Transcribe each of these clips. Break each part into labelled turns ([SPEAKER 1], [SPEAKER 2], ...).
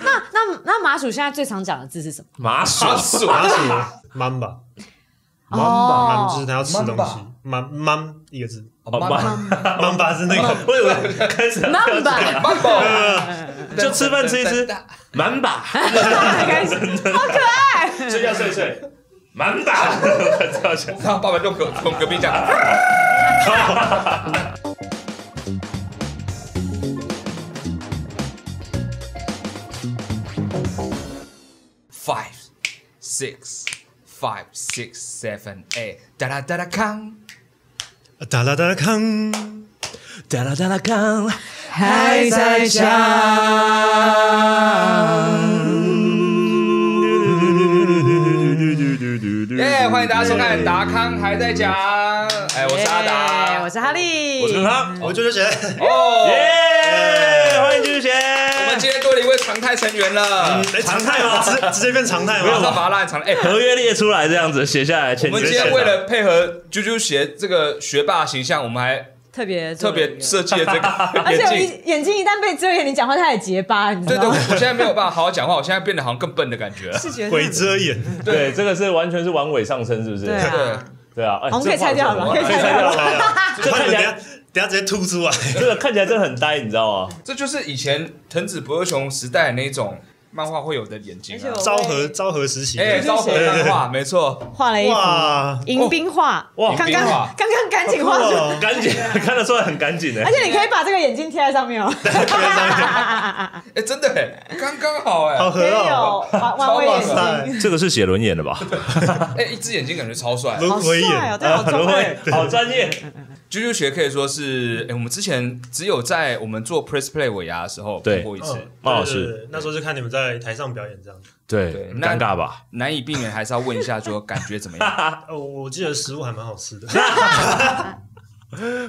[SPEAKER 1] 那那麻薯现在最常讲的字是什么？
[SPEAKER 2] 麻薯
[SPEAKER 3] 麻薯
[SPEAKER 2] 麻薯
[SPEAKER 3] 蛮吧，
[SPEAKER 1] 哦
[SPEAKER 3] 蛮就是他要吃东西
[SPEAKER 4] Mamba，
[SPEAKER 3] 蛮蛮一个字，
[SPEAKER 4] 哦
[SPEAKER 2] 哦
[SPEAKER 4] 妈
[SPEAKER 2] 妈
[SPEAKER 4] 妈
[SPEAKER 3] 蛮吧是那个
[SPEAKER 2] 我以为开始要跳起
[SPEAKER 1] Mamba
[SPEAKER 2] 来
[SPEAKER 4] 妈妈，
[SPEAKER 2] 就吃饭吃一吃，满吧，
[SPEAKER 1] 开始好可爱。
[SPEAKER 2] 睡觉睡一睡，满 吧，跳起来。
[SPEAKER 4] 然后爸爸就隔从隔壁讲，five, six, five, six, seven, eight，哒啦哒啦康，
[SPEAKER 3] 哒啦哒啦康，
[SPEAKER 2] 哒啦哒啦康，
[SPEAKER 1] 还在想，
[SPEAKER 4] 耶！欢迎大家收看《达康还在讲》，哎，我是阿达，
[SPEAKER 1] 我是哈利，
[SPEAKER 2] 我是他，
[SPEAKER 3] 我就是觉得，
[SPEAKER 4] 哦，
[SPEAKER 2] 耶，欢迎继续学。
[SPEAKER 4] 我们今天多了一位常态成员了，
[SPEAKER 3] 哎，常态吗？直直接变常态
[SPEAKER 4] 马上
[SPEAKER 3] 吗？
[SPEAKER 4] 把它拉长了，哎。
[SPEAKER 2] 合约列出来这样子写下来，
[SPEAKER 4] 我
[SPEAKER 2] 我
[SPEAKER 4] 们今天为了配合啾啾鞋这个学霸形象，我们还
[SPEAKER 1] 特别做
[SPEAKER 4] 特
[SPEAKER 1] 了一
[SPEAKER 4] 别
[SPEAKER 1] 个
[SPEAKER 4] 设计了这个
[SPEAKER 1] 而且
[SPEAKER 4] 眼
[SPEAKER 1] 我
[SPEAKER 4] 镜。
[SPEAKER 1] 一眼睛一旦被遮掩，你讲话太结巴，你知
[SPEAKER 4] 对
[SPEAKER 1] 道
[SPEAKER 4] 对，
[SPEAKER 1] 吗
[SPEAKER 4] 我？现在没有办法好好讲话，我现在变得好像更笨的感觉了。
[SPEAKER 1] 是觉
[SPEAKER 3] 鬼
[SPEAKER 1] 得
[SPEAKER 3] 遮眼，
[SPEAKER 2] 对这个是完全是完尾上升，是不是？
[SPEAKER 1] 对啊，
[SPEAKER 2] 对啊，哎
[SPEAKER 1] 我们可以
[SPEAKER 2] 这个话
[SPEAKER 1] 拆掉了
[SPEAKER 2] 我
[SPEAKER 1] 可以拆掉
[SPEAKER 2] 了。这
[SPEAKER 3] 怕
[SPEAKER 2] 看
[SPEAKER 3] 你
[SPEAKER 2] 起
[SPEAKER 3] 们等下
[SPEAKER 2] 来
[SPEAKER 3] 等下直接吐出来。
[SPEAKER 2] 这个看起来真的很呆，你知道吗？
[SPEAKER 4] 这就是以前藤子不二雄时代那种漫画会有的眼睛
[SPEAKER 1] 而且
[SPEAKER 4] 啊
[SPEAKER 1] 我。
[SPEAKER 3] 昭和昭和时期，
[SPEAKER 4] 哎，
[SPEAKER 1] 就是
[SPEAKER 4] 昭和
[SPEAKER 1] 写
[SPEAKER 4] 漫画，没错。
[SPEAKER 1] 画了一幅
[SPEAKER 3] 哇，
[SPEAKER 1] 迎宾画，
[SPEAKER 2] 哇
[SPEAKER 1] 刚刚
[SPEAKER 4] 迎宾
[SPEAKER 1] 刚
[SPEAKER 4] 画
[SPEAKER 1] 刚赶紧画
[SPEAKER 3] 好酷
[SPEAKER 1] 出，
[SPEAKER 3] 哦
[SPEAKER 2] 赶紧 看得出来很赶紧的
[SPEAKER 1] 而。且你可以把这个眼镜贴在上面哦，
[SPEAKER 4] 哎，真的哎，刚刚好
[SPEAKER 3] 好
[SPEAKER 4] 哎。
[SPEAKER 3] 合
[SPEAKER 1] 也
[SPEAKER 3] 哦，
[SPEAKER 1] 有玩玩味眼
[SPEAKER 4] 超棒
[SPEAKER 1] 镜，
[SPEAKER 3] 塞，
[SPEAKER 2] 这个是写轮眼的吧？
[SPEAKER 4] 哎，一只眼睛感觉超帅。
[SPEAKER 1] 好
[SPEAKER 3] 轮回
[SPEAKER 1] 帅哦，
[SPEAKER 3] 眼，
[SPEAKER 1] 对，好
[SPEAKER 2] 轮
[SPEAKER 1] 中
[SPEAKER 2] 回
[SPEAKER 1] 二，
[SPEAKER 2] 好专业。
[SPEAKER 4] 啾啾鞋可以说是，哎，我们之前只有在我们做 press play 尾牙的时候
[SPEAKER 2] 对嗯
[SPEAKER 4] 碰过一次，
[SPEAKER 2] 冒
[SPEAKER 3] 对
[SPEAKER 2] 失
[SPEAKER 3] 对对那时候就看你们在台上表演这样。
[SPEAKER 2] 对
[SPEAKER 4] 对那
[SPEAKER 2] 尴尬吧？
[SPEAKER 4] 难以避免，还是要问一下，就感觉怎么 样？
[SPEAKER 3] 哦，我记得食物还蛮好吃的，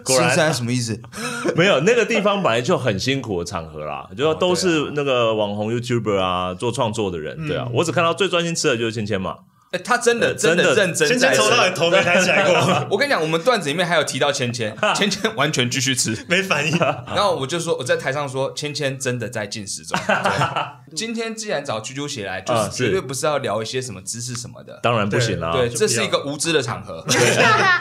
[SPEAKER 2] 果然
[SPEAKER 4] 心酸什么意思？
[SPEAKER 2] 没有那个地方本来就很辛苦的场合 啦，就都是那个网红 YouTuber 啊，做创作的人，对啊，我只看到最专心吃的就是芊芊嘛，
[SPEAKER 4] 哎，他真的真
[SPEAKER 2] 呃真的
[SPEAKER 4] 的认真
[SPEAKER 3] 芊
[SPEAKER 4] 在
[SPEAKER 3] 芊从
[SPEAKER 4] 吃
[SPEAKER 3] 头到尾头没抬起来过，
[SPEAKER 4] 我跟你讲，我们段子里面还有提到 芊芊，芊芊完全继续吃。
[SPEAKER 3] 没反应。
[SPEAKER 4] 然后我就说，我在台上说，芊芊真的在进食中。 对今天既然找啾啾写来，就
[SPEAKER 2] 啊
[SPEAKER 4] 是
[SPEAKER 2] 是
[SPEAKER 4] 绝对不是要聊一些什么知识什么的。
[SPEAKER 2] 当然不行啦，
[SPEAKER 4] 对，
[SPEAKER 3] 就不
[SPEAKER 4] 这是一个无知的场合。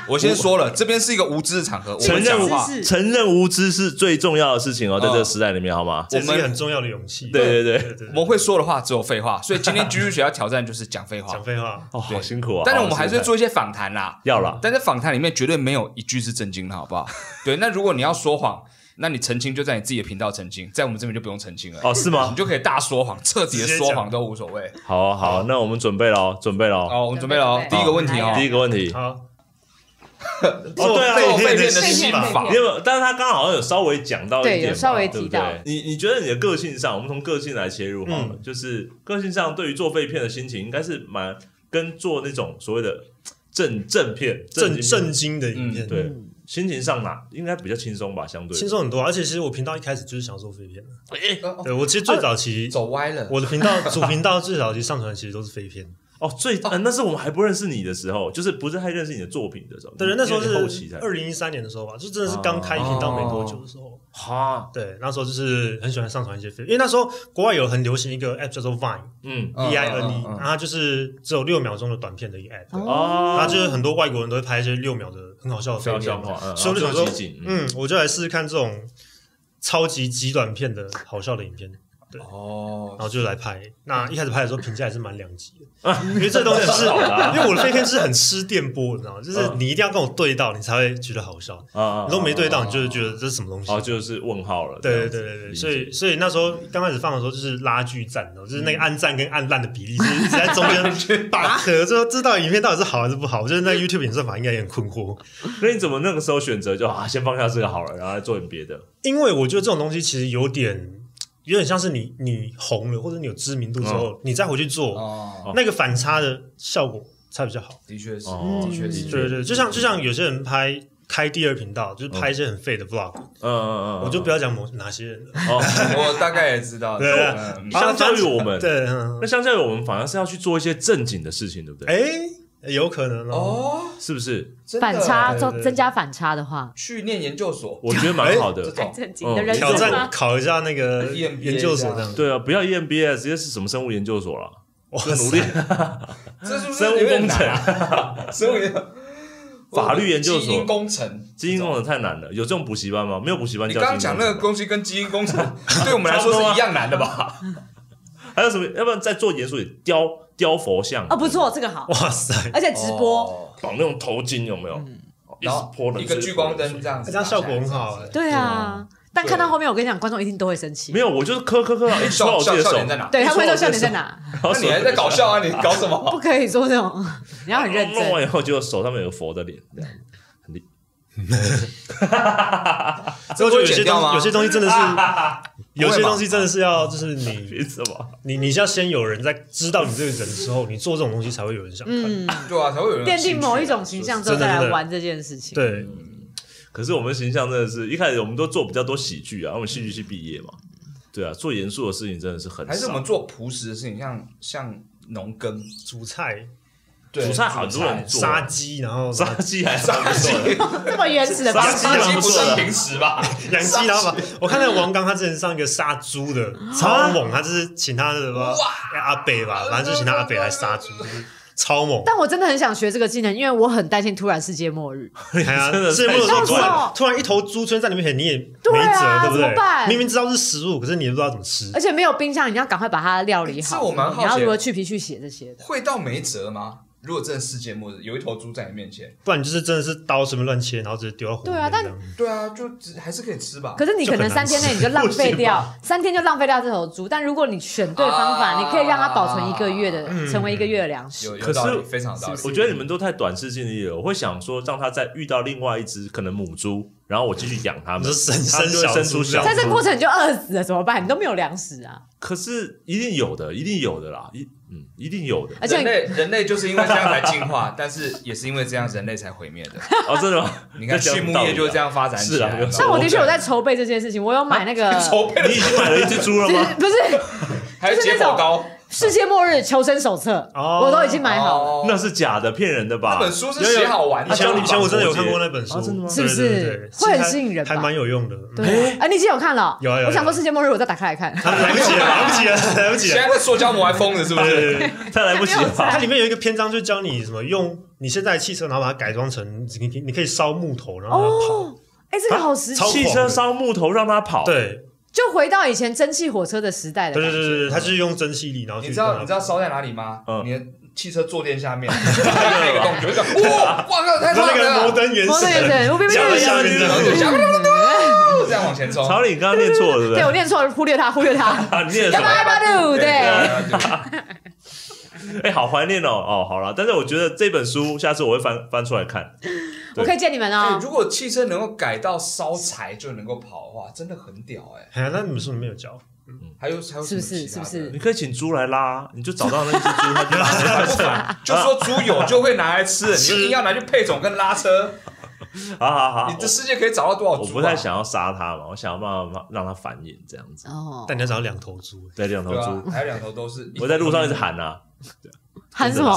[SPEAKER 4] 我先说了，这边是一个无知的场合，我
[SPEAKER 2] 承
[SPEAKER 4] 们
[SPEAKER 2] 认
[SPEAKER 4] 讲
[SPEAKER 2] 无
[SPEAKER 4] 话
[SPEAKER 1] 知，识
[SPEAKER 2] 承认无知是最重要的事情哦，在这个时代里面，好吗？
[SPEAKER 3] 这是一个很重要的勇气。
[SPEAKER 2] 对对对，
[SPEAKER 3] 对对
[SPEAKER 4] 我，们会说的话只有废话，所以今天啾啾写要挑战就是讲废话
[SPEAKER 3] 讲。废话，
[SPEAKER 2] 哦，好辛苦啊！
[SPEAKER 4] 但是我们
[SPEAKER 2] 好
[SPEAKER 4] 还是会做一些访谈啦，
[SPEAKER 2] 要啦，
[SPEAKER 4] 但在访谈里面绝对没有一句是正经的，好不 好？对，那如果你要说谎，那你澄清就在你自己的频道澄清，在我们这边就不用澄清了。
[SPEAKER 2] 哦，是吗
[SPEAKER 4] 你？就可以大说谎，彻底的说谎都无所谓。
[SPEAKER 2] 好啊好啊，那我们准备喽，准备喽。
[SPEAKER 4] 好，我们准备了哦，第一个问题哦，
[SPEAKER 2] 第一个问题，
[SPEAKER 3] 好，
[SPEAKER 2] 哦对啊
[SPEAKER 4] 做废片
[SPEAKER 3] 片
[SPEAKER 4] 的
[SPEAKER 3] 戏
[SPEAKER 4] 戏
[SPEAKER 3] 法
[SPEAKER 4] 法
[SPEAKER 2] 因，为但是他刚好好像有稍微讲到一点嘛，
[SPEAKER 1] 对有稍微
[SPEAKER 2] 对不
[SPEAKER 1] 提到嗯
[SPEAKER 2] 对你你觉得你的个性上，我们从个性来切入好了，就是个性上对于做废片的心情，应该是蛮跟做那种所谓的正正片
[SPEAKER 3] 震
[SPEAKER 2] 经
[SPEAKER 3] 震惊的影片，
[SPEAKER 4] 嗯
[SPEAKER 2] 对心情上哪应该比较轻松吧，相对
[SPEAKER 3] 轻松很多。而且其实我频道一开始就是想做废片的，
[SPEAKER 2] 诶
[SPEAKER 5] 哦
[SPEAKER 4] 哦
[SPEAKER 3] 对我其实最早期
[SPEAKER 4] 哎走歪了。
[SPEAKER 3] 我的频道 主频道最早期上传的其实都是废片，
[SPEAKER 2] 哦，最、呃那是我们还不认识你的时候，就是不是太认识你的作品的时候，
[SPEAKER 3] 对，那时候
[SPEAKER 2] 因为你后期
[SPEAKER 3] 是
[SPEAKER 2] 才
[SPEAKER 3] 二零一三年的时候吧，就真的是刚开频道没多久的时
[SPEAKER 2] 哦
[SPEAKER 3] 候。
[SPEAKER 2] 哈，
[SPEAKER 3] 对，那时候就是很喜欢上传一些废，因为那时候国外有很流行一个 app 叫做 Vine，V
[SPEAKER 2] 嗯，
[SPEAKER 4] 嗯
[SPEAKER 3] I N E，
[SPEAKER 4] 嗯嗯嗯
[SPEAKER 3] 然后它就是只有六秒钟的短片的一个 app，
[SPEAKER 2] 哦，
[SPEAKER 3] 然后就是很多外国人都会拍一些六秒的很好笑的废
[SPEAKER 2] 笑
[SPEAKER 3] 片
[SPEAKER 2] 笑，话，嗯
[SPEAKER 3] 所以我就想说
[SPEAKER 2] 然后集锦嗯
[SPEAKER 3] 嗯，我就来试试看这种超级极短片的好笑的影片，
[SPEAKER 4] 哦
[SPEAKER 3] 然，后就来拍。那一开始拍的时候评价还是蛮两极 的，因为这东西是，
[SPEAKER 2] 太少了啊
[SPEAKER 3] 因为我的废片是很吃电波，你
[SPEAKER 2] 哦
[SPEAKER 3] 知道吗？就是你一定要跟我对到，你才会觉得好笑。
[SPEAKER 2] 啊啊，
[SPEAKER 3] 你都没对到，你就是觉得这是什么东西
[SPEAKER 2] 哦，？就是问号了，
[SPEAKER 3] 对对
[SPEAKER 2] 这样子
[SPEAKER 3] 对对对，
[SPEAKER 2] 理解嗯
[SPEAKER 3] 所以所以那时候刚开始放的时候就是拉锯战，然后就是那个按赞跟按烂的比例，就是一直在中 间拔河，最后知道影片到底是好还是不好。我觉得那个 YouTube 演算法应该也很困惑。
[SPEAKER 2] 那你怎么那个时候选择就啊，先放下这个好了，然后再做点别的？
[SPEAKER 3] 因为我觉得这种东西其实有点有点像是你你红了或者你有知名度之后，你再回去做、
[SPEAKER 4] 哦，
[SPEAKER 3] 那个反差的效果才比较好。
[SPEAKER 4] 的确是，
[SPEAKER 2] 哦
[SPEAKER 4] 的确是
[SPEAKER 2] 嗯。
[SPEAKER 3] 对对对，就像就像有些人拍开第二频道，就是拍一些很废的 vlog，、
[SPEAKER 2] 嗯嗯嗯，
[SPEAKER 3] 我就不
[SPEAKER 2] 要
[SPEAKER 3] 要讲某哪些人了。
[SPEAKER 2] 哦。
[SPEAKER 4] 我大概也知道，
[SPEAKER 3] 对对
[SPEAKER 2] 啊
[SPEAKER 4] 嗯
[SPEAKER 2] 相较于我们，
[SPEAKER 3] 对，嗯
[SPEAKER 2] 那相较于我们，反而是要去做一些正经的事情，对不对？
[SPEAKER 3] 哎、有可能哦。
[SPEAKER 4] 哦，
[SPEAKER 2] 是不是？
[SPEAKER 4] 真的
[SPEAKER 5] 反差
[SPEAKER 4] 哎
[SPEAKER 5] 增
[SPEAKER 3] 对
[SPEAKER 5] 增加反差的话，
[SPEAKER 4] 去念研究所，
[SPEAKER 2] 我觉得蛮好
[SPEAKER 4] 哎这
[SPEAKER 2] 的。
[SPEAKER 1] 太
[SPEAKER 4] 种
[SPEAKER 5] 哎
[SPEAKER 1] 震惊你的
[SPEAKER 2] 嗯
[SPEAKER 1] 人
[SPEAKER 3] 挑
[SPEAKER 1] 生
[SPEAKER 3] 战
[SPEAKER 1] 吗？
[SPEAKER 3] 考一下那个
[SPEAKER 4] EMBA
[SPEAKER 3] 研究所这样，
[SPEAKER 2] 对啊，不要 EMBA，直接是什么生物研究所了，
[SPEAKER 3] 哇
[SPEAKER 2] 就努力
[SPEAKER 3] 塞，
[SPEAKER 4] 这是不是
[SPEAKER 2] 生
[SPEAKER 4] 有
[SPEAKER 2] 物
[SPEAKER 4] 点
[SPEAKER 2] 工
[SPEAKER 4] 难
[SPEAKER 2] 程
[SPEAKER 4] 啊、 生物研
[SPEAKER 2] 法律研究所
[SPEAKER 4] 基因工程。
[SPEAKER 2] 基因工程太难了。有这种补习班吗？没有补习班
[SPEAKER 4] 你
[SPEAKER 2] 教
[SPEAKER 4] 刚刚
[SPEAKER 2] 基因
[SPEAKER 4] 讲
[SPEAKER 2] 工
[SPEAKER 4] 那
[SPEAKER 2] 程
[SPEAKER 4] 个
[SPEAKER 2] 吗
[SPEAKER 4] 东西跟基因工程 对我们来说
[SPEAKER 2] 啊
[SPEAKER 4] 是一样难的吧？
[SPEAKER 2] 还有什么？要不然再做严肃一点，雕雕佛像
[SPEAKER 1] 哦，，不错，这个好，
[SPEAKER 3] 哇塞，
[SPEAKER 1] 而且直播，
[SPEAKER 4] 哦，
[SPEAKER 2] 绑那种头巾有没有？一
[SPEAKER 4] 嗯然
[SPEAKER 2] 直
[SPEAKER 4] 后
[SPEAKER 2] 泼冷
[SPEAKER 4] 一个
[SPEAKER 2] 水
[SPEAKER 4] 聚光灯这。样子，
[SPEAKER 3] 这样效果很好哎。
[SPEAKER 1] 对啊。但看到后面，我跟你讲，观众一定都会生气
[SPEAKER 2] 没。有，我就是磕磕磕，哎一直戳
[SPEAKER 4] 笑
[SPEAKER 2] 我自己
[SPEAKER 4] 笑
[SPEAKER 2] 的
[SPEAKER 4] 笑
[SPEAKER 2] 手
[SPEAKER 4] 点，在哪？
[SPEAKER 1] 对，他们会说
[SPEAKER 2] 我
[SPEAKER 1] 笑
[SPEAKER 2] 这
[SPEAKER 1] 点在哪？
[SPEAKER 2] 然后
[SPEAKER 4] 那你还在搞 笑啊？你搞什么？
[SPEAKER 1] 不可以做这种， 你要很认
[SPEAKER 2] 哦弄
[SPEAKER 1] 真。
[SPEAKER 2] 完以后，结果手上面有佛的脸，这样很厉
[SPEAKER 3] 所以我觉得有些
[SPEAKER 4] 剪掉
[SPEAKER 3] 东
[SPEAKER 4] 吗
[SPEAKER 3] 西，有些东西真的是，有些
[SPEAKER 4] 吧
[SPEAKER 3] 东西真的是要，就是你
[SPEAKER 2] 凭什么？
[SPEAKER 3] 你你是要先有人在知道你这个人之后，你做这种东西才会有人想看。
[SPEAKER 1] 嗯，
[SPEAKER 4] 对啊，才会有人有
[SPEAKER 1] 奠定
[SPEAKER 4] 兴趣啊
[SPEAKER 1] 某一种形象之后
[SPEAKER 3] 真的
[SPEAKER 1] 再来
[SPEAKER 3] 真的
[SPEAKER 1] 玩这件事情。
[SPEAKER 3] 对，
[SPEAKER 2] 可是我们形象真的是一开始我们都做比较多喜剧啊，我们戏剧系毕业嘛，对啊，做严肃的事情真的是很
[SPEAKER 4] 还是我
[SPEAKER 2] 少
[SPEAKER 4] 们。做朴实的事情，像像农耕，
[SPEAKER 3] 煮菜、
[SPEAKER 4] 对
[SPEAKER 2] 煮菜好多人做
[SPEAKER 3] 杀鸡，然后
[SPEAKER 2] 杀鸡还是
[SPEAKER 4] 杀鸡，
[SPEAKER 1] 这么原始的
[SPEAKER 4] 杀
[SPEAKER 1] 方
[SPEAKER 2] 杀
[SPEAKER 1] 式
[SPEAKER 2] 鸡，
[SPEAKER 4] 鸡不啊算平时吧？
[SPEAKER 3] 养鸡，然后把我看到王刚他之前上一个杀猪的
[SPEAKER 1] 啊
[SPEAKER 3] 超猛，他就是请他的什么哎阿北吧，反正就请他阿北来杀猪，就是超猛。
[SPEAKER 1] 但我真的很想学这个技能，因为我很担心突然世界末日。
[SPEAKER 3] 哎呀，
[SPEAKER 2] 真的
[SPEAKER 3] 是不
[SPEAKER 2] 太
[SPEAKER 3] 是说突
[SPEAKER 1] 奇怪
[SPEAKER 3] 然
[SPEAKER 1] 了
[SPEAKER 3] 突然一头猪圈在你面前，你也没
[SPEAKER 1] 对
[SPEAKER 3] 辙，
[SPEAKER 1] 啊
[SPEAKER 3] 对不
[SPEAKER 1] 怎么
[SPEAKER 3] 对？
[SPEAKER 1] 办哎
[SPEAKER 3] 明明知道是食物，可是你也不知道怎么吃
[SPEAKER 1] 而。且没有冰箱，你要赶快把它料理
[SPEAKER 4] 这
[SPEAKER 1] 好。
[SPEAKER 4] 我蛮好奇
[SPEAKER 1] 你要如何去皮去血这些的？
[SPEAKER 4] 会到没辙吗？如果真的世界末日，有一头猪在你面前，
[SPEAKER 3] 不然你就是真的是刀随便乱切，然后直接丢到火里面
[SPEAKER 1] 对啊但
[SPEAKER 3] 这样
[SPEAKER 4] 对啊，就只还是可以吃吧。
[SPEAKER 1] 可是你可能三天内你就浪费
[SPEAKER 3] 就很
[SPEAKER 1] 掉， 三天就浪费掉这头猪。但如果你选对方法，
[SPEAKER 4] 啊
[SPEAKER 1] 你可以让它保存一个月的，成为一个月的粮食。
[SPEAKER 4] 有
[SPEAKER 2] 可
[SPEAKER 4] 有
[SPEAKER 2] 是
[SPEAKER 4] 道理，非常有道理。
[SPEAKER 2] 我觉得你们都太短视近利了。我会想说，让它再遇到另外一只可能母猪，然后我继续养它们，
[SPEAKER 3] 你说生
[SPEAKER 2] 它们就会
[SPEAKER 3] 生小
[SPEAKER 2] 生
[SPEAKER 3] 猪
[SPEAKER 2] 出
[SPEAKER 3] 这样
[SPEAKER 2] 小
[SPEAKER 1] 在这
[SPEAKER 2] 猪
[SPEAKER 1] 过。程你就饿死了，怎么办？你都没有粮食啊！
[SPEAKER 2] 可是一定有的，一定有的啦，一嗯，一定 有的。
[SPEAKER 1] 而且
[SPEAKER 4] 人类人类就是因为这样才进化， 但是也是因为这样人类才毁 灭的。
[SPEAKER 2] 哦，真的吗？
[SPEAKER 4] 你看
[SPEAKER 2] 这
[SPEAKER 4] 畜
[SPEAKER 2] 讲
[SPEAKER 4] 牧
[SPEAKER 2] 道理
[SPEAKER 4] 业就
[SPEAKER 2] 啊
[SPEAKER 4] 这。样发展起来
[SPEAKER 2] 是啊
[SPEAKER 4] 了。
[SPEAKER 1] 像我的确有在筹备这件事情，我有买那 个，
[SPEAKER 4] 筹备了，
[SPEAKER 2] 你已经买了一只猪了
[SPEAKER 1] 只
[SPEAKER 2] 吗？
[SPEAKER 1] 是不是
[SPEAKER 4] 还有解剖膏，
[SPEAKER 1] 世界末日求生手册，
[SPEAKER 3] 哦
[SPEAKER 1] 我都已经买好了。
[SPEAKER 4] 哦
[SPEAKER 2] 那是假的，骗人的吧？
[SPEAKER 4] 那本书是写好玩
[SPEAKER 3] 以
[SPEAKER 4] 的，
[SPEAKER 3] 前
[SPEAKER 2] 啊
[SPEAKER 3] 我以前我真的有看过那本
[SPEAKER 2] 啊
[SPEAKER 3] 书，
[SPEAKER 2] 真的吗
[SPEAKER 1] 是不是
[SPEAKER 3] 对对对
[SPEAKER 1] 会
[SPEAKER 3] 对
[SPEAKER 1] 很
[SPEAKER 3] 其实还
[SPEAKER 1] 吸引人吧
[SPEAKER 3] 还蛮有用的。嗯
[SPEAKER 1] 对啊，哎，你已经有看了哦？
[SPEAKER 3] 有有有啊
[SPEAKER 1] 我想说世界末日，我再打开来看。
[SPEAKER 3] 来不及了，来不及了，来不及
[SPEAKER 4] 现
[SPEAKER 3] 了。
[SPEAKER 4] 在在塑胶膜还封着，是不
[SPEAKER 3] 啊对
[SPEAKER 4] 是？
[SPEAKER 3] 对对，
[SPEAKER 2] 太来不及
[SPEAKER 1] 没有
[SPEAKER 2] 了
[SPEAKER 1] 在
[SPEAKER 2] 吧。
[SPEAKER 3] 它里面有一个篇章，就教你什么用你现在的汽车，然后把它改装成你你你可以烧木头，然后让它跑。
[SPEAKER 1] 哦，哎，这个好时
[SPEAKER 3] 超
[SPEAKER 1] 期，
[SPEAKER 3] 狂
[SPEAKER 2] 汽车烧木头让它跑，，
[SPEAKER 3] 对
[SPEAKER 1] 就回到以前蒸汽火车的时代的
[SPEAKER 3] 对
[SPEAKER 1] 感觉。
[SPEAKER 3] 对对对对，它就是用蒸汽力，然后
[SPEAKER 4] 你
[SPEAKER 3] 去
[SPEAKER 4] 知道
[SPEAKER 3] 让
[SPEAKER 4] 你
[SPEAKER 3] 它
[SPEAKER 4] 知道烧在哪里吗？
[SPEAKER 2] 嗯
[SPEAKER 4] 你的汽车坐 垫下面那个洞，就会这样哇，哇靠，太
[SPEAKER 3] 你知道那
[SPEAKER 4] 棒
[SPEAKER 3] 个摩
[SPEAKER 4] 了！
[SPEAKER 3] 登原
[SPEAKER 1] 哦，对对
[SPEAKER 3] 神
[SPEAKER 1] 对，我被
[SPEAKER 3] 加在下
[SPEAKER 1] 被
[SPEAKER 3] 面这
[SPEAKER 4] 然后
[SPEAKER 3] 样。
[SPEAKER 4] 就这样哦这样往前冲。
[SPEAKER 2] 曹磊，你刚刚念错了，对不
[SPEAKER 1] 对我念错了，忽略它，忽略它。
[SPEAKER 2] 啊，你念什
[SPEAKER 1] 干
[SPEAKER 2] 么？
[SPEAKER 1] 嘛巴杜对，
[SPEAKER 4] 对，
[SPEAKER 2] 哎，好怀念哦，哦，好了，但是我觉得这本书下次我会翻翻出来看，
[SPEAKER 1] 我可以见你们哦。
[SPEAKER 4] 哎如果汽车能够改到烧柴就能够跑的话，真的很屌哎！
[SPEAKER 3] 哎呀，那你们是不是没有教？
[SPEAKER 4] 还有还有什么其他的
[SPEAKER 1] 是不是是不
[SPEAKER 2] 你可以请猪来拉，你就找到那只猪，它就 拉起来
[SPEAKER 4] 就说猪油就会拿来吃，你就
[SPEAKER 3] 吃
[SPEAKER 4] 硬要拿去配种跟拉车，
[SPEAKER 2] 好好好，
[SPEAKER 4] 你这
[SPEAKER 2] 我
[SPEAKER 4] 世界可以找到多少
[SPEAKER 2] 我
[SPEAKER 4] 猪啊？
[SPEAKER 2] 不太想要杀它嘛，我想要办法让它繁衍这样子，
[SPEAKER 1] 哦，
[SPEAKER 3] 但你要找到两头猪，
[SPEAKER 2] 对，两头
[SPEAKER 4] 对啊
[SPEAKER 2] 猪，，
[SPEAKER 4] 还有两头都是。
[SPEAKER 2] 我在路上一直喊啊，
[SPEAKER 1] 喊什么？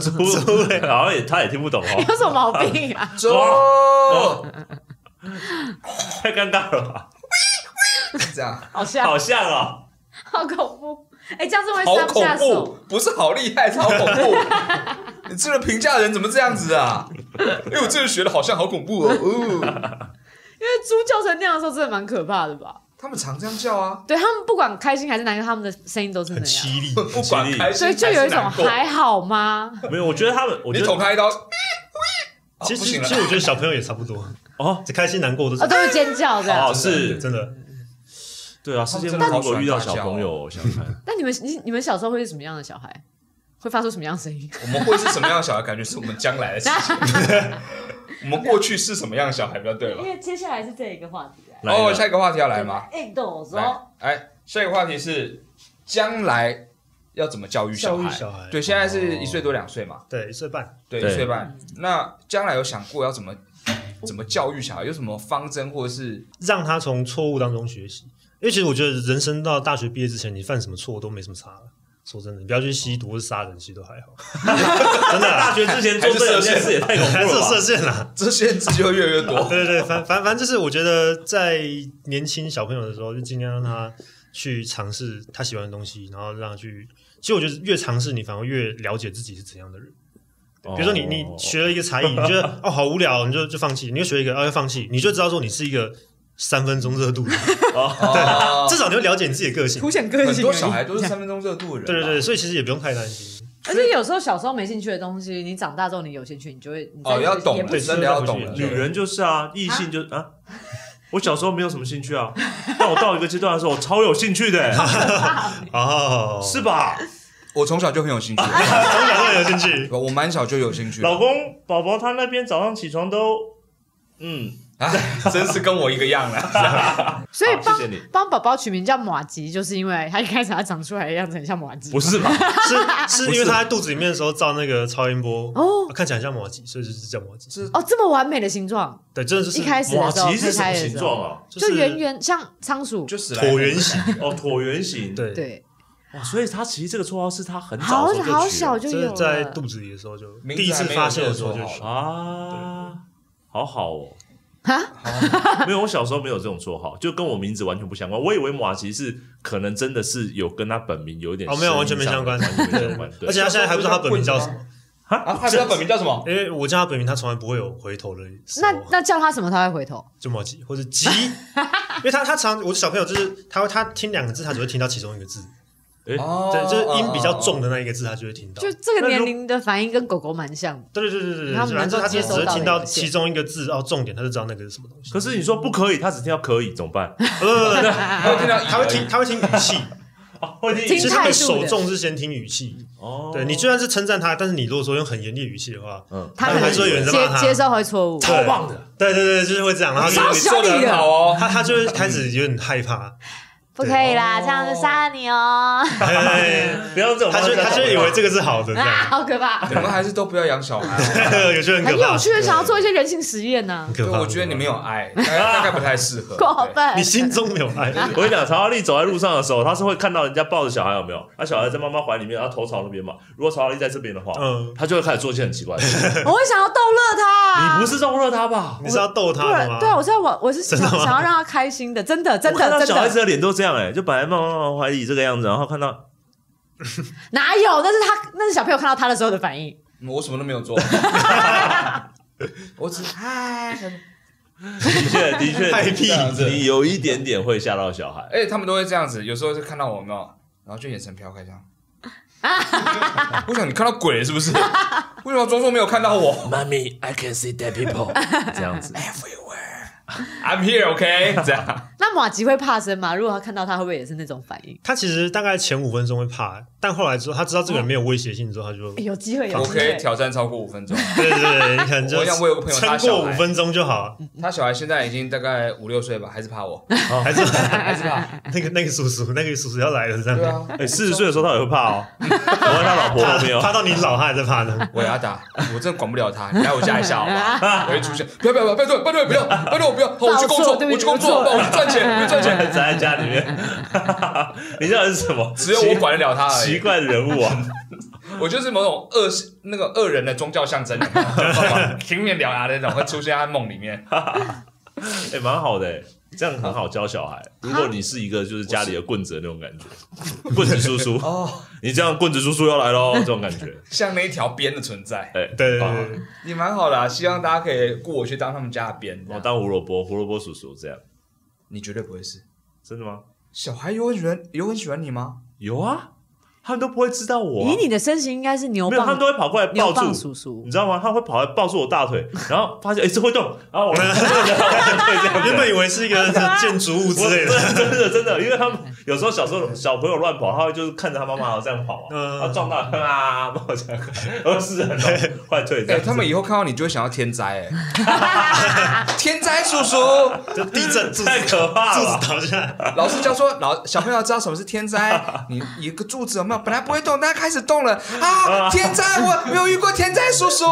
[SPEAKER 2] 猪， 好像也他也听不懂 哦，
[SPEAKER 1] 有什么毛病 啊？
[SPEAKER 4] 猪，
[SPEAKER 2] 太尴尬了吧，
[SPEAKER 4] 这样
[SPEAKER 1] 好像
[SPEAKER 2] 好像哦，
[SPEAKER 1] 好恐怖。哎，这样子会
[SPEAKER 4] 好
[SPEAKER 1] 上不
[SPEAKER 4] 恐
[SPEAKER 1] 下手
[SPEAKER 4] 怖。，不是好厉害，是好恐 怖。你这个评价人怎么这样子啊？因为我这个学的好像好 恐怖哦。哦
[SPEAKER 1] 因为猪叫成那样的时候，真的蛮可怕的吧？
[SPEAKER 4] 他们常这样叫啊，
[SPEAKER 1] 对他们不管开心还是难过，他们的声音都是那
[SPEAKER 3] 很
[SPEAKER 1] 样。
[SPEAKER 3] 凄厉。
[SPEAKER 4] 不管开心
[SPEAKER 1] 所以就有一种
[SPEAKER 4] 还是难过
[SPEAKER 1] 还好吗？
[SPEAKER 2] 没有，我觉得他们，我
[SPEAKER 4] 你
[SPEAKER 2] 觉得
[SPEAKER 4] 捅他一刀，哦
[SPEAKER 3] 其
[SPEAKER 4] 不
[SPEAKER 3] 实
[SPEAKER 4] 行
[SPEAKER 3] 其实我
[SPEAKER 4] 了，
[SPEAKER 3] 觉得小朋友也差不多，
[SPEAKER 2] 哦
[SPEAKER 3] 这开心难过都是
[SPEAKER 1] 啊，都是尖叫的。
[SPEAKER 2] 哦
[SPEAKER 3] 对
[SPEAKER 2] 是，
[SPEAKER 3] 真的。
[SPEAKER 2] 对啊，世界
[SPEAKER 4] 他们真
[SPEAKER 2] 末
[SPEAKER 4] 的
[SPEAKER 2] 日如果遇
[SPEAKER 4] 好
[SPEAKER 2] 到
[SPEAKER 4] 喜
[SPEAKER 2] 小
[SPEAKER 4] 欢大叫哦
[SPEAKER 2] 朋友，我想看，
[SPEAKER 1] 那你们你你们小时候会是什么样的小孩？会发出什么样的声音？
[SPEAKER 4] 我们会是什么样的小孩？感觉是我们将来的事情。我们过去是什么样的小孩比较对吧？
[SPEAKER 1] 为接下来是这一个话题啊来
[SPEAKER 2] 来
[SPEAKER 4] 哦，
[SPEAKER 2] 了
[SPEAKER 4] 下一个话题要来吗？？
[SPEAKER 1] 运动
[SPEAKER 4] 来，哎，下一个话题是将来要怎么教育小
[SPEAKER 3] 教育
[SPEAKER 4] 孩？
[SPEAKER 3] 小孩
[SPEAKER 4] 对，现在是一岁多两岁嘛，
[SPEAKER 3] 对，一岁半，
[SPEAKER 4] 对，
[SPEAKER 2] 对
[SPEAKER 4] 一岁半。那将来有想过要怎么怎么教育小孩？有什么方针或者是
[SPEAKER 3] 让他从错误当中学习。因为其实我觉得人生到大学毕业之前，你犯什么错都没什么差了。说真的，你不要去吸毒或是杀人，其实都还 好。真的
[SPEAKER 2] 大
[SPEAKER 3] 啊，
[SPEAKER 2] 学之前做这两件事也太恐
[SPEAKER 3] 还是
[SPEAKER 2] 怖
[SPEAKER 3] 有
[SPEAKER 2] 了
[SPEAKER 3] 射
[SPEAKER 2] 吧。
[SPEAKER 3] 线啦。
[SPEAKER 4] 这限制就越来越多。
[SPEAKER 3] 对对对，反反反正就是我觉得在年轻小朋友的时候，就尽量让他去尝试他喜欢的东西，然后让他去。其实我觉得越尝试，你反而越了解自己是怎样的人。
[SPEAKER 2] 哦
[SPEAKER 3] 比如说你你学了一个才艺，你觉得哦好无聊，你就就放弃；你又学一个，哦又放弃，你就知道说你是一个三分钟热度的人，
[SPEAKER 4] 哦
[SPEAKER 3] 至少你会了解你自己的个性
[SPEAKER 1] 凸。显个
[SPEAKER 4] 很
[SPEAKER 1] 性啊
[SPEAKER 4] 多
[SPEAKER 1] 而
[SPEAKER 4] 小
[SPEAKER 1] 已。
[SPEAKER 4] 孩都是三分钟热度的人。啊
[SPEAKER 3] 对对对，，所以其实也不用太担心。
[SPEAKER 1] 而且有时候小时候没兴趣的东西，你长大之后你有兴趣，你就会你再
[SPEAKER 4] 哦，要懂
[SPEAKER 1] 也
[SPEAKER 4] 了，
[SPEAKER 1] 不
[SPEAKER 3] 是
[SPEAKER 4] 真的要懂了。
[SPEAKER 2] 女人就是啊，异性就是啊。我小时候没有什么兴趣啊，但我到一个阶段的时候，我超有兴趣的、
[SPEAKER 3] 哦，
[SPEAKER 2] 是吧？
[SPEAKER 4] 我从小就很有兴趣，
[SPEAKER 3] 从小就有兴 趣。
[SPEAKER 4] 我蛮小就有兴趣。
[SPEAKER 2] 老公，宝宝他那边早上起床都，嗯，
[SPEAKER 4] 哎，真是跟我一个样了。
[SPEAKER 1] 所以
[SPEAKER 2] 好
[SPEAKER 1] 帮
[SPEAKER 2] 谢谢你
[SPEAKER 1] 帮宝宝取名叫马吉，就是因为他一开始他长出来的样子很像马吉。
[SPEAKER 2] 不是吧？
[SPEAKER 3] 是是因为他在肚子里面的时候照那个超音波，啊
[SPEAKER 1] 哦
[SPEAKER 3] 看起来像摩羯，所以就是叫摩羯。
[SPEAKER 1] 哦，这么完美的形状，
[SPEAKER 3] 对，真的就是
[SPEAKER 1] 一开始
[SPEAKER 2] 马
[SPEAKER 1] 的时候
[SPEAKER 2] 奇是
[SPEAKER 1] 胚
[SPEAKER 2] 什么
[SPEAKER 1] 胎的
[SPEAKER 2] 形
[SPEAKER 1] 时候，
[SPEAKER 2] 状啊？
[SPEAKER 3] 就
[SPEAKER 1] 就是圆，圆像仓鼠，
[SPEAKER 4] 就是
[SPEAKER 3] 椭圆形。
[SPEAKER 2] 哦，椭圆形。，
[SPEAKER 3] 对，
[SPEAKER 1] 对，
[SPEAKER 2] 哇，所以他其实这个绰号是他很
[SPEAKER 1] 好
[SPEAKER 2] 早的时候就取了
[SPEAKER 1] 好小就
[SPEAKER 3] 就
[SPEAKER 1] 有
[SPEAKER 3] 是
[SPEAKER 1] 了
[SPEAKER 3] 在肚子里的时候就
[SPEAKER 4] 名字
[SPEAKER 3] 第一次发现的时候就
[SPEAKER 4] 还没有
[SPEAKER 3] 是
[SPEAKER 4] 就
[SPEAKER 2] 啊，好好哦。
[SPEAKER 1] 啊，
[SPEAKER 2] 没有，我小时候没有这种绰号，就跟我名字完全不相关。我以为马奇是可能真的是有跟他本名有一点
[SPEAKER 3] 哦，没有，完全
[SPEAKER 2] 声
[SPEAKER 3] 没
[SPEAKER 2] 音上的
[SPEAKER 3] 相关，
[SPEAKER 2] 完全没相关。
[SPEAKER 3] 而
[SPEAKER 2] 对，
[SPEAKER 3] 且他现在还不知道他本名叫什么，
[SPEAKER 4] 啊？他知道本名叫什么？
[SPEAKER 3] 因为我叫他本名，他从来不会有回头的时
[SPEAKER 1] 那
[SPEAKER 3] 候，
[SPEAKER 1] 那叫他什么他会回头？
[SPEAKER 3] 就摩羯或者吉，因为他他常我的小朋友就是他会他听两个字，他只会听到其中一个字，
[SPEAKER 4] 哦
[SPEAKER 3] 对，就是音比较重。的那一个字，他就会听到。
[SPEAKER 1] 就这个年龄的反应跟狗狗蛮像的，
[SPEAKER 3] 对对对对对，
[SPEAKER 1] 他们
[SPEAKER 3] 反
[SPEAKER 1] 能
[SPEAKER 3] 正
[SPEAKER 1] 够
[SPEAKER 3] 他只
[SPEAKER 1] 接收到
[SPEAKER 3] 是
[SPEAKER 1] 的
[SPEAKER 3] 听到
[SPEAKER 1] 有限
[SPEAKER 3] 其中一个字，哦，重点他就知道那个是什么东西。
[SPEAKER 2] 可是你说不可以，他只听到可以怎么办？
[SPEAKER 3] 不不不不，
[SPEAKER 4] 他会听到，
[SPEAKER 3] 他会听，他会听语气，
[SPEAKER 2] 会
[SPEAKER 1] 听
[SPEAKER 3] 其实他们
[SPEAKER 1] 态度
[SPEAKER 3] 首
[SPEAKER 1] 的
[SPEAKER 3] 重是先听语气。
[SPEAKER 2] 哦，
[SPEAKER 3] 对你虽然是称赞他，但是你如果说用很严厉的语气的话，
[SPEAKER 2] 嗯，
[SPEAKER 1] 他可
[SPEAKER 3] 们
[SPEAKER 1] 能
[SPEAKER 3] 还是会有人在骂
[SPEAKER 1] 接
[SPEAKER 3] 他。
[SPEAKER 1] 接收会错误。
[SPEAKER 3] 对
[SPEAKER 2] 超棒的，
[SPEAKER 3] 对对对，就是会这样，然后
[SPEAKER 4] 你
[SPEAKER 3] 他
[SPEAKER 1] 超
[SPEAKER 3] 就
[SPEAKER 1] 小
[SPEAKER 4] 做的很好哦。
[SPEAKER 3] 他他就会开始有点害 怕，
[SPEAKER 1] 不可以啦，哎
[SPEAKER 4] 哦
[SPEAKER 1] 这样就杀了你哦！
[SPEAKER 3] 哎
[SPEAKER 2] 不要用这种
[SPEAKER 3] 他
[SPEAKER 2] 方式
[SPEAKER 3] 就
[SPEAKER 2] 来
[SPEAKER 3] 他
[SPEAKER 2] 讲
[SPEAKER 3] 就
[SPEAKER 2] 话
[SPEAKER 3] 以为这个是好的这
[SPEAKER 1] 啊，
[SPEAKER 3] 样，
[SPEAKER 1] 好可怕，
[SPEAKER 4] 我们还是都不要养小孩。
[SPEAKER 3] 有些很
[SPEAKER 1] 很
[SPEAKER 3] 可怕，
[SPEAKER 1] 有趣，想要做一些人性实验呢
[SPEAKER 3] 很，可
[SPEAKER 4] 对，
[SPEAKER 3] 怕。
[SPEAKER 4] 我觉得你没有 爱，大概大概不太适合。
[SPEAKER 1] 过
[SPEAKER 4] 对
[SPEAKER 1] 分
[SPEAKER 3] 你。心中没有爱，
[SPEAKER 1] 啊
[SPEAKER 2] 我跟你讲，曹阿丽走在路上的时候，她是会看到人家抱着小孩，有没有？那小孩在妈妈怀里面，然后头朝那边嘛。如果曹阿丽在这边的话，
[SPEAKER 3] 嗯，
[SPEAKER 2] 她就会开始做一些很奇怪的事。
[SPEAKER 1] 我会想要逗乐他，
[SPEAKER 2] 你不是中热她吧？
[SPEAKER 3] 你是要逗他的
[SPEAKER 1] 对啊
[SPEAKER 3] 吗？
[SPEAKER 1] 对，我是要我我是想
[SPEAKER 3] 真的吗
[SPEAKER 1] 想要让他开心的，真的真
[SPEAKER 2] 我看到
[SPEAKER 1] 的真
[SPEAKER 2] 小孩子
[SPEAKER 1] 的，
[SPEAKER 2] 的脸都这样哎、就本来妈妈怀里这个样子，然后 看到
[SPEAKER 1] 哪有？那是他那是小朋友看到他的时候的反应。
[SPEAKER 4] 我什么都没有做， 我只是嗨。
[SPEAKER 2] 的确的确，
[SPEAKER 3] 太屁
[SPEAKER 4] 这样子
[SPEAKER 2] 你有一点点会吓到小孩。
[SPEAKER 4] 而且哎他们都会这样子，有时候就看到我有没有，然后就眼神飘 开这样。我想你看到鬼了是不 是？为什么装作没有看到我
[SPEAKER 2] 妈咪，I can see dead people，这 样子。
[SPEAKER 4] ？I'm here, OK？这样
[SPEAKER 1] 那马吉会怕生吗？如果他看到他，会不会也是那种反应？
[SPEAKER 3] 他其实大概前五分钟会怕，但后来之后他知道这个人没有威胁性之后，他就
[SPEAKER 1] 哎有机会，有
[SPEAKER 4] 我
[SPEAKER 1] 机
[SPEAKER 4] 可以
[SPEAKER 1] 会。
[SPEAKER 4] 挑战超过五分钟。
[SPEAKER 3] 对对对，你可能就
[SPEAKER 4] 我想我有个朋友他
[SPEAKER 3] 撑
[SPEAKER 4] 小
[SPEAKER 3] 过
[SPEAKER 4] 孩
[SPEAKER 3] 五分钟就 好，
[SPEAKER 4] 他小孩现在已经大概五六岁吧，还是怕我，
[SPEAKER 3] 还是
[SPEAKER 4] 还是怕。
[SPEAKER 3] 那个那个叔叔，那个叔叔要来了这样
[SPEAKER 4] 对。啊，
[SPEAKER 2] 哎，四十岁的时候他也会怕 哦。我问他老婆
[SPEAKER 3] 怕
[SPEAKER 2] 有没有，
[SPEAKER 3] 怕到你老，他还在怕 呢。
[SPEAKER 4] 我也要打，我真的管不了他，你来我家一下好不好？我会出现，不要不要不要，拜托拜托不要，拜托我不要，好我去工作，
[SPEAKER 1] 报错对不
[SPEAKER 4] 我去
[SPEAKER 1] 起
[SPEAKER 4] 工作，
[SPEAKER 1] 报错
[SPEAKER 4] 我去赚钱，我去赚钱，
[SPEAKER 2] 宅在家里面，你这是什么？
[SPEAKER 4] 只有我管得了他而
[SPEAKER 2] 奇
[SPEAKER 4] 已。
[SPEAKER 2] 怪的人物啊！
[SPEAKER 4] 我就是某种恶那个恶人的宗教象征，啊有没有平面獠牙的那种会出现在他梦里面。
[SPEAKER 2] 哎、蛮好的、欸，这样很好教小
[SPEAKER 1] 啊
[SPEAKER 2] 孩。如果你是一个就是家里的棍子的那种感觉，棍子叔叔，
[SPEAKER 4] 哦，
[SPEAKER 2] 你这样棍子叔叔要来喽，这种感觉。
[SPEAKER 4] 像那一条鞭的存在，
[SPEAKER 2] 哎、
[SPEAKER 3] 对对
[SPEAKER 2] 棒
[SPEAKER 3] 对，对
[SPEAKER 4] 你蛮好的啊，希望大家可以雇我去当他们家的鞭。
[SPEAKER 2] 我当胡萝卜，胡萝卜叔叔这样，
[SPEAKER 4] 你绝对不会是
[SPEAKER 2] 真的吗？
[SPEAKER 4] 小孩有很喜欢有很喜欢你吗？
[SPEAKER 2] 有啊，他们都不会知道我啊、
[SPEAKER 1] 以你的身形，应该是牛
[SPEAKER 2] 没有，他们
[SPEAKER 1] 哦棒
[SPEAKER 2] 都会跑过来抱
[SPEAKER 1] 牛棒
[SPEAKER 2] 住。
[SPEAKER 1] 叔叔
[SPEAKER 2] 你，知道吗？他们会跑来抱住我大腿，然后发现哎、这会动，然后我真的这样子
[SPEAKER 3] 原本以为是一个建筑物之类的，
[SPEAKER 2] 我真的真的真的，因为他们有时候小时候小朋友乱跑，他会就是看着他妈妈这样跑啊，
[SPEAKER 3] 嗯
[SPEAKER 2] 他撞到啊，抱我这样，然后是很 痛快退这
[SPEAKER 4] 哎、
[SPEAKER 2] 样子。
[SPEAKER 4] 他们以后看到你就会想要天灾、哎， 天灾叔叔，
[SPEAKER 3] 就地 震柱子
[SPEAKER 2] 太可怕
[SPEAKER 3] 柱
[SPEAKER 2] 了
[SPEAKER 3] 子
[SPEAKER 2] 吧。
[SPEAKER 3] 倒下来，
[SPEAKER 4] 老师教说老小朋友要知道什么是天 灾。你一个柱子有没有？本来不会动，但开始动了啊！天灾，我没有遇过天灾叔叔，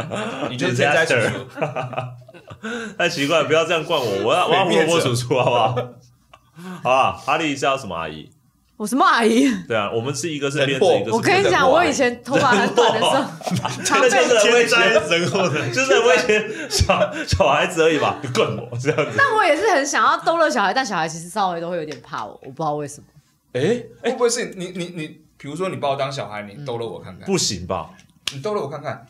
[SPEAKER 4] 你就是天灾叔 叔。
[SPEAKER 2] 太奇怪了，不 要这样惯我，我要我要胡萝卜叔叔好不好？好啊，阿丽是要什么阿姨？
[SPEAKER 1] 我什么阿姨？
[SPEAKER 2] 对啊，我们是一个
[SPEAKER 3] 哎
[SPEAKER 2] 是鞭子，
[SPEAKER 4] 人祸
[SPEAKER 2] 一个是
[SPEAKER 1] 我跟你讲，我以前头发很短的 时候，常被
[SPEAKER 2] 真的
[SPEAKER 3] 天灾人祸的，
[SPEAKER 2] 就是在威 胁小小孩子而已吧，你棍我这样子。
[SPEAKER 1] 但我也是很想要逗乐小孩，但小孩其实稍微都会有点怕我，我不知道为什么。
[SPEAKER 2] 哎，
[SPEAKER 4] 会不会是你你你，比如说你把我当小孩，你逗了我看看，
[SPEAKER 2] 不行吧？
[SPEAKER 4] 你逗了我看看，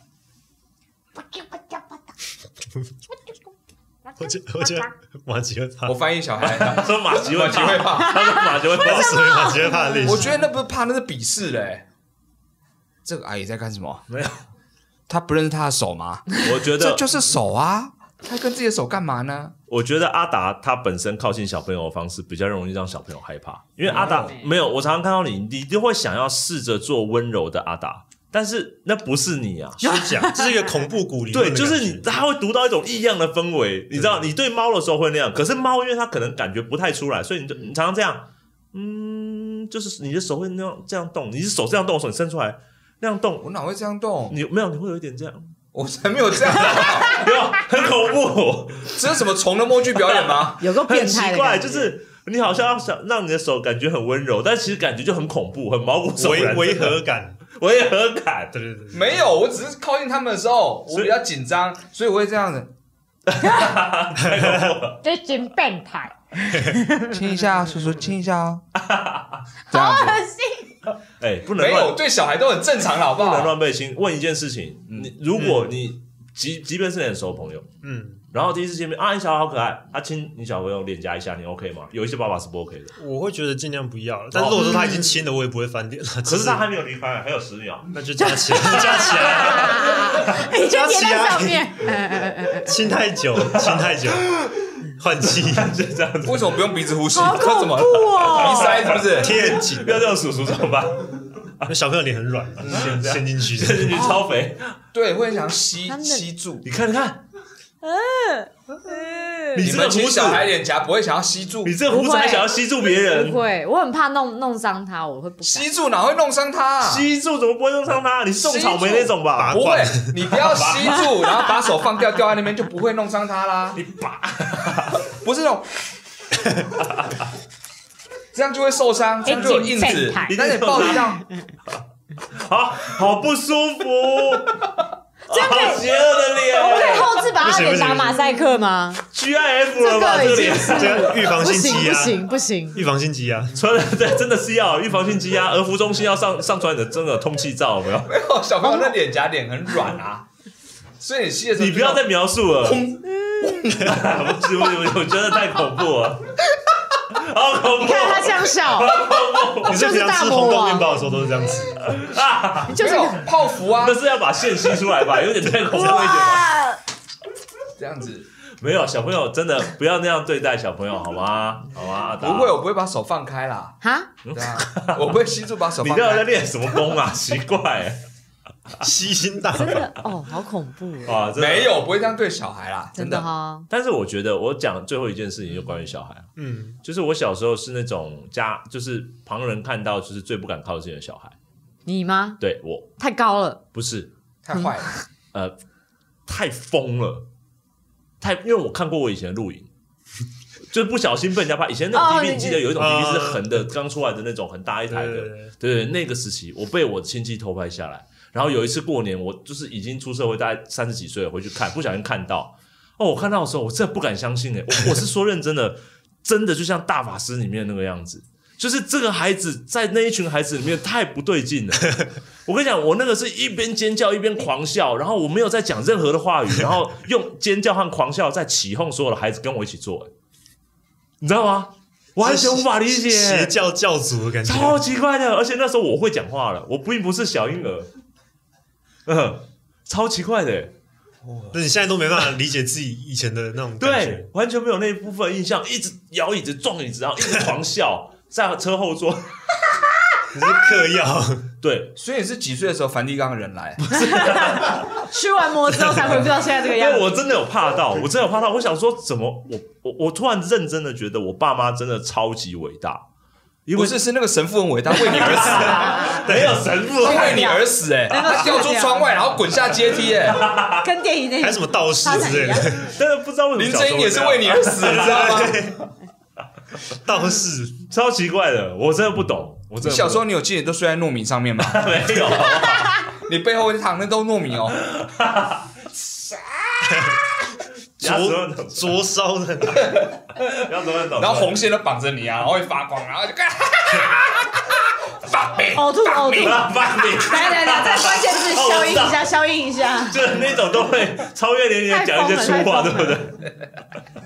[SPEAKER 3] 我觉我觉得马吉会怕
[SPEAKER 4] 我，翻译小 孩，马
[SPEAKER 2] 说马吉会
[SPEAKER 4] 吉会
[SPEAKER 2] 怕，
[SPEAKER 4] 怕。
[SPEAKER 2] 他说马吉会
[SPEAKER 3] 我
[SPEAKER 2] 怕。
[SPEAKER 3] 属于马吉会怕的类型。
[SPEAKER 4] 我觉得那不是怕，那是鄙视嘞、这个阿姨在干什么？
[SPEAKER 2] 没有，
[SPEAKER 4] 她不认识她的手吗？
[SPEAKER 2] 我觉
[SPEAKER 4] 这
[SPEAKER 2] 得，
[SPEAKER 4] 就是手啊！她跟自己的手干嘛呢？
[SPEAKER 2] 我觉得阿达他本身靠近小朋友的方式比较容易让小朋友害怕，因为阿达
[SPEAKER 1] 嗯
[SPEAKER 2] 没有，我常常看到你，你就会想要试着做温柔的阿达，但是那不是你啊。
[SPEAKER 3] 是讲，这是一个恐怖谷理
[SPEAKER 2] 对，
[SPEAKER 3] 论的
[SPEAKER 2] 就
[SPEAKER 3] 感觉
[SPEAKER 2] 是你，他会读到一种异样的氛围，你知道，你对猫的时候会那样，可是猫因为它可能感觉不太出来，所以你就你常常这样，嗯，就是你的手会那样这样动，你是手这样动的时候，手你伸出来那样动，
[SPEAKER 4] 我哪会这样动？
[SPEAKER 2] 你没有，你会有一点这样，
[SPEAKER 4] 我才没 有这样，
[SPEAKER 2] 没有，很恐怖，
[SPEAKER 4] 这是什么虫的默剧表演吗？
[SPEAKER 1] 有个变
[SPEAKER 2] 很奇
[SPEAKER 1] 态的
[SPEAKER 2] 怪，
[SPEAKER 1] 感觉，
[SPEAKER 2] 就是你好像要想让你的手感觉很温柔，但其实感觉就很恐怖，很毛骨悚
[SPEAKER 3] 违
[SPEAKER 2] 然，
[SPEAKER 3] 违
[SPEAKER 2] 真的
[SPEAKER 3] 和感，
[SPEAKER 2] 违和感，
[SPEAKER 3] 对对对，对
[SPEAKER 4] 没有，我只是靠近他们的时候，我
[SPEAKER 2] 所以
[SPEAKER 4] 比较紧张，所以我会这样子
[SPEAKER 2] 太恐怖了，
[SPEAKER 5] 这群变态，
[SPEAKER 4] 亲一下，叔叔亲一 下哦，这
[SPEAKER 5] 好
[SPEAKER 4] 样子
[SPEAKER 2] 啊
[SPEAKER 5] 恶心！
[SPEAKER 2] 哎，不能
[SPEAKER 4] 没
[SPEAKER 2] 乱
[SPEAKER 4] 有，对小孩都很正常了，好不
[SPEAKER 2] 不能
[SPEAKER 4] 好？
[SPEAKER 2] 乱背心。问一件事情，
[SPEAKER 4] 嗯
[SPEAKER 2] 你如果你即即便是你很熟的朋友。
[SPEAKER 3] 嗯，
[SPEAKER 2] 然后第一次见面啊，你小孩好可爱，他亲你小朋友脸颊一下，你 OK 吗？有一些爸爸是不 OK 的，
[SPEAKER 3] 我会觉得尽量不要了。但是如果说他已经亲了，我也不会翻脸了。
[SPEAKER 2] 可
[SPEAKER 3] 可
[SPEAKER 2] 是他还没有离开，还有十秒。
[SPEAKER 3] 那就加起来， 加起来，
[SPEAKER 1] 你就
[SPEAKER 3] 加
[SPEAKER 1] 贴
[SPEAKER 3] 起
[SPEAKER 1] 在
[SPEAKER 3] 来
[SPEAKER 1] 上面，嗯嗯嗯嗯嗯
[SPEAKER 3] 亲太 久，亲太久，换气，
[SPEAKER 2] 就这样子，
[SPEAKER 4] 为什么不用鼻子呼吸？
[SPEAKER 1] 好
[SPEAKER 4] 这
[SPEAKER 1] 恐
[SPEAKER 4] 怎么
[SPEAKER 1] 怖
[SPEAKER 4] 了？鼻
[SPEAKER 1] 哦！
[SPEAKER 4] 塞是不是？
[SPEAKER 3] 贴很紧。
[SPEAKER 2] 不要这样叔叔怎么办？
[SPEAKER 3] 那小朋友脸很软嘛，陷陷进去。
[SPEAKER 2] 这进去超肥，
[SPEAKER 4] 对，会想吸
[SPEAKER 1] 真的
[SPEAKER 4] 吸住。
[SPEAKER 2] 你看你看，
[SPEAKER 1] 嗯
[SPEAKER 2] 你
[SPEAKER 4] 你
[SPEAKER 2] 这个
[SPEAKER 4] 们
[SPEAKER 2] 胡
[SPEAKER 4] 亲
[SPEAKER 2] 子
[SPEAKER 4] 小，孩脸颊不会想要吸住
[SPEAKER 2] 你，这个胡子还想要吸住别人
[SPEAKER 1] 不，会，我很怕弄弄伤他，我会不敢。
[SPEAKER 4] 吸住哪会弄伤他？啊
[SPEAKER 2] 吸住怎么不会弄伤他？你是种草莓那种吧？
[SPEAKER 4] 不会，你不要吸住，然后把手放掉，掉在那边就不会弄伤他啦。
[SPEAKER 2] 你拔，
[SPEAKER 4] 不是那 种，这样就会受伤，这样就有印
[SPEAKER 5] 一
[SPEAKER 4] 子
[SPEAKER 5] 定变态。
[SPEAKER 4] 但是抱一下，
[SPEAKER 2] 好好不舒服，
[SPEAKER 1] 这样可
[SPEAKER 2] 好
[SPEAKER 1] 以，
[SPEAKER 2] 邪恶的
[SPEAKER 1] 我可以
[SPEAKER 2] 脸
[SPEAKER 1] 后置把他
[SPEAKER 3] 不行不
[SPEAKER 1] 脸
[SPEAKER 3] 行
[SPEAKER 1] 打马赛克吗？
[SPEAKER 2] ，GIF
[SPEAKER 1] 这
[SPEAKER 2] 了吧？
[SPEAKER 1] 个
[SPEAKER 2] 这
[SPEAKER 1] 已
[SPEAKER 2] 脸
[SPEAKER 1] 经是
[SPEAKER 3] 这样预防
[SPEAKER 1] 不
[SPEAKER 3] 性
[SPEAKER 1] 行
[SPEAKER 3] 积
[SPEAKER 1] 不
[SPEAKER 3] 压，
[SPEAKER 1] 行不行，
[SPEAKER 3] 预防性啊积压。
[SPEAKER 2] 传染对，真的是要预防性积压，儿福中心要上上传你的真的通气罩，有没有？
[SPEAKER 4] 没有哎小朋友那脸颊脸很软啊，所以你吸的时候，
[SPEAKER 2] 你不要再描述了，
[SPEAKER 4] 轰
[SPEAKER 2] 不行不行，不行我觉得太恐怖了， 好恐怖
[SPEAKER 1] 看他这样笑，哦
[SPEAKER 3] 你是平常吃红豆面包的时候都是这样吃，
[SPEAKER 2] 啊！
[SPEAKER 1] 就
[SPEAKER 4] 没
[SPEAKER 1] 是
[SPEAKER 4] 有泡芙啊
[SPEAKER 2] 那，是要把线吸出来吧？有点太恐怖一点吧？
[SPEAKER 4] 这样子
[SPEAKER 2] 没有，小朋友真的不要那样对待小朋友，好吗？好吗？阿达
[SPEAKER 4] 不会，，我不会把手放 开啦，
[SPEAKER 1] 哈，
[SPEAKER 4] 对啊，我不会吸住把手
[SPEAKER 2] 你
[SPEAKER 4] 放
[SPEAKER 2] 到底在
[SPEAKER 4] 开。
[SPEAKER 2] 练什么功啊？ 奇怪
[SPEAKER 3] 吸心大
[SPEAKER 1] 真
[SPEAKER 3] 法。
[SPEAKER 1] 的哦，好恐怖哦，
[SPEAKER 2] 啊！真的
[SPEAKER 4] 没，有，不会这样对小孩啦，真
[SPEAKER 1] 真
[SPEAKER 4] 的
[SPEAKER 1] 的。哦哈，
[SPEAKER 2] 但是我觉得我讲最后一件事情就关于小孩，啊
[SPEAKER 3] 嗯，
[SPEAKER 2] 就是我小时候是那种家，就是旁人看到就是最不敢靠近的小孩。
[SPEAKER 1] 你吗？
[SPEAKER 2] 对我
[SPEAKER 1] 太高了，
[SPEAKER 2] 不是
[SPEAKER 4] 太坏了，
[SPEAKER 2] 呃太疯了，太因为我看过我以前的录影， 就不小心被人家拍。以前那种
[SPEAKER 1] 哦
[SPEAKER 2] DV，、
[SPEAKER 1] 你
[SPEAKER 2] 你记得有一种 DV
[SPEAKER 3] 啊
[SPEAKER 2] 是横的，刚出来的那种很大一台的，
[SPEAKER 3] 对对对
[SPEAKER 2] 对那个时期我被我亲戚偷拍下来。然后有一次过年，我就是已经出社会，大概三十几岁了，回去看，不小心看到。哦，我看到的时候，我真的不敢相信哎、我我是说认真的，真的就像大法师里面那个样子，就是这个孩子在那一群孩子里面太不对劲了。我跟你讲，我那个是一边尖叫一边狂笑，然后我没有在讲任何的话语，然后用尖叫和狂笑在起哄所有的孩子跟我一起做、欸你知道吗？我完全无法理解，
[SPEAKER 3] 邪教教主的感 觉。
[SPEAKER 2] 超奇怪的。而且那时候我会讲话了，我并不是小婴儿， 嗯，超奇怪的、欸
[SPEAKER 3] 那你现在都没办法理解自己以前的那种感
[SPEAKER 2] 对
[SPEAKER 3] 觉。，
[SPEAKER 2] 完全没有那一部分印象，一直摇椅子、撞椅子，然后一直狂 笑，在车后座。
[SPEAKER 3] 你是嗑药，
[SPEAKER 2] 对，
[SPEAKER 4] 所以你是几岁的时候梵蒂冈人来？
[SPEAKER 1] 驱完魔之后才恢复到现在这个
[SPEAKER 2] 因
[SPEAKER 1] 样
[SPEAKER 2] 为
[SPEAKER 1] 子。
[SPEAKER 2] 我真的有怕到，我真的有怕到。我想说，怎么我我我突然认真的觉得我爸妈真的超级伟大，因
[SPEAKER 4] 不
[SPEAKER 2] 为
[SPEAKER 4] 是，是那个神父很伟大，为你而死。
[SPEAKER 1] 啊
[SPEAKER 2] 没有神父，啊
[SPEAKER 4] 他为你而死哎、
[SPEAKER 1] 那个
[SPEAKER 4] 他跳出窗外，然后滚下阶梯哎、
[SPEAKER 1] 跟电影那
[SPEAKER 3] 还有什么道士之类
[SPEAKER 1] 他
[SPEAKER 3] 的，
[SPEAKER 2] 但是不知道为什么
[SPEAKER 4] 林
[SPEAKER 2] 小时
[SPEAKER 4] 正
[SPEAKER 2] 候
[SPEAKER 4] 英
[SPEAKER 2] 会
[SPEAKER 4] 也
[SPEAKER 2] 这
[SPEAKER 4] 是
[SPEAKER 2] 样
[SPEAKER 4] 为你而死，你知道吗？
[SPEAKER 3] 倒 是
[SPEAKER 2] 超奇怪的，我真的不懂，我真的不懂
[SPEAKER 4] 小时候你有记得都睡在糯米上面吗？
[SPEAKER 2] 没有，
[SPEAKER 4] 你背后躺的都糯米 哦。
[SPEAKER 2] 牙齿乱
[SPEAKER 3] 灼
[SPEAKER 2] 动
[SPEAKER 3] 灼烧的，
[SPEAKER 2] 要怎么懂？
[SPEAKER 4] 然后 红线都绑着你啊，然后会发光，然后就 发霉，
[SPEAKER 1] 呕吐
[SPEAKER 4] 发
[SPEAKER 1] 呕
[SPEAKER 4] 霉
[SPEAKER 1] 吐，
[SPEAKER 2] 啊，把你
[SPEAKER 1] 来来来，在关键字消音一
[SPEAKER 2] 哦
[SPEAKER 1] 下，消音一 下。
[SPEAKER 2] 就是那种都会超越年龄讲一些粗
[SPEAKER 1] 太
[SPEAKER 2] 话，对
[SPEAKER 1] 疯了
[SPEAKER 2] 不对？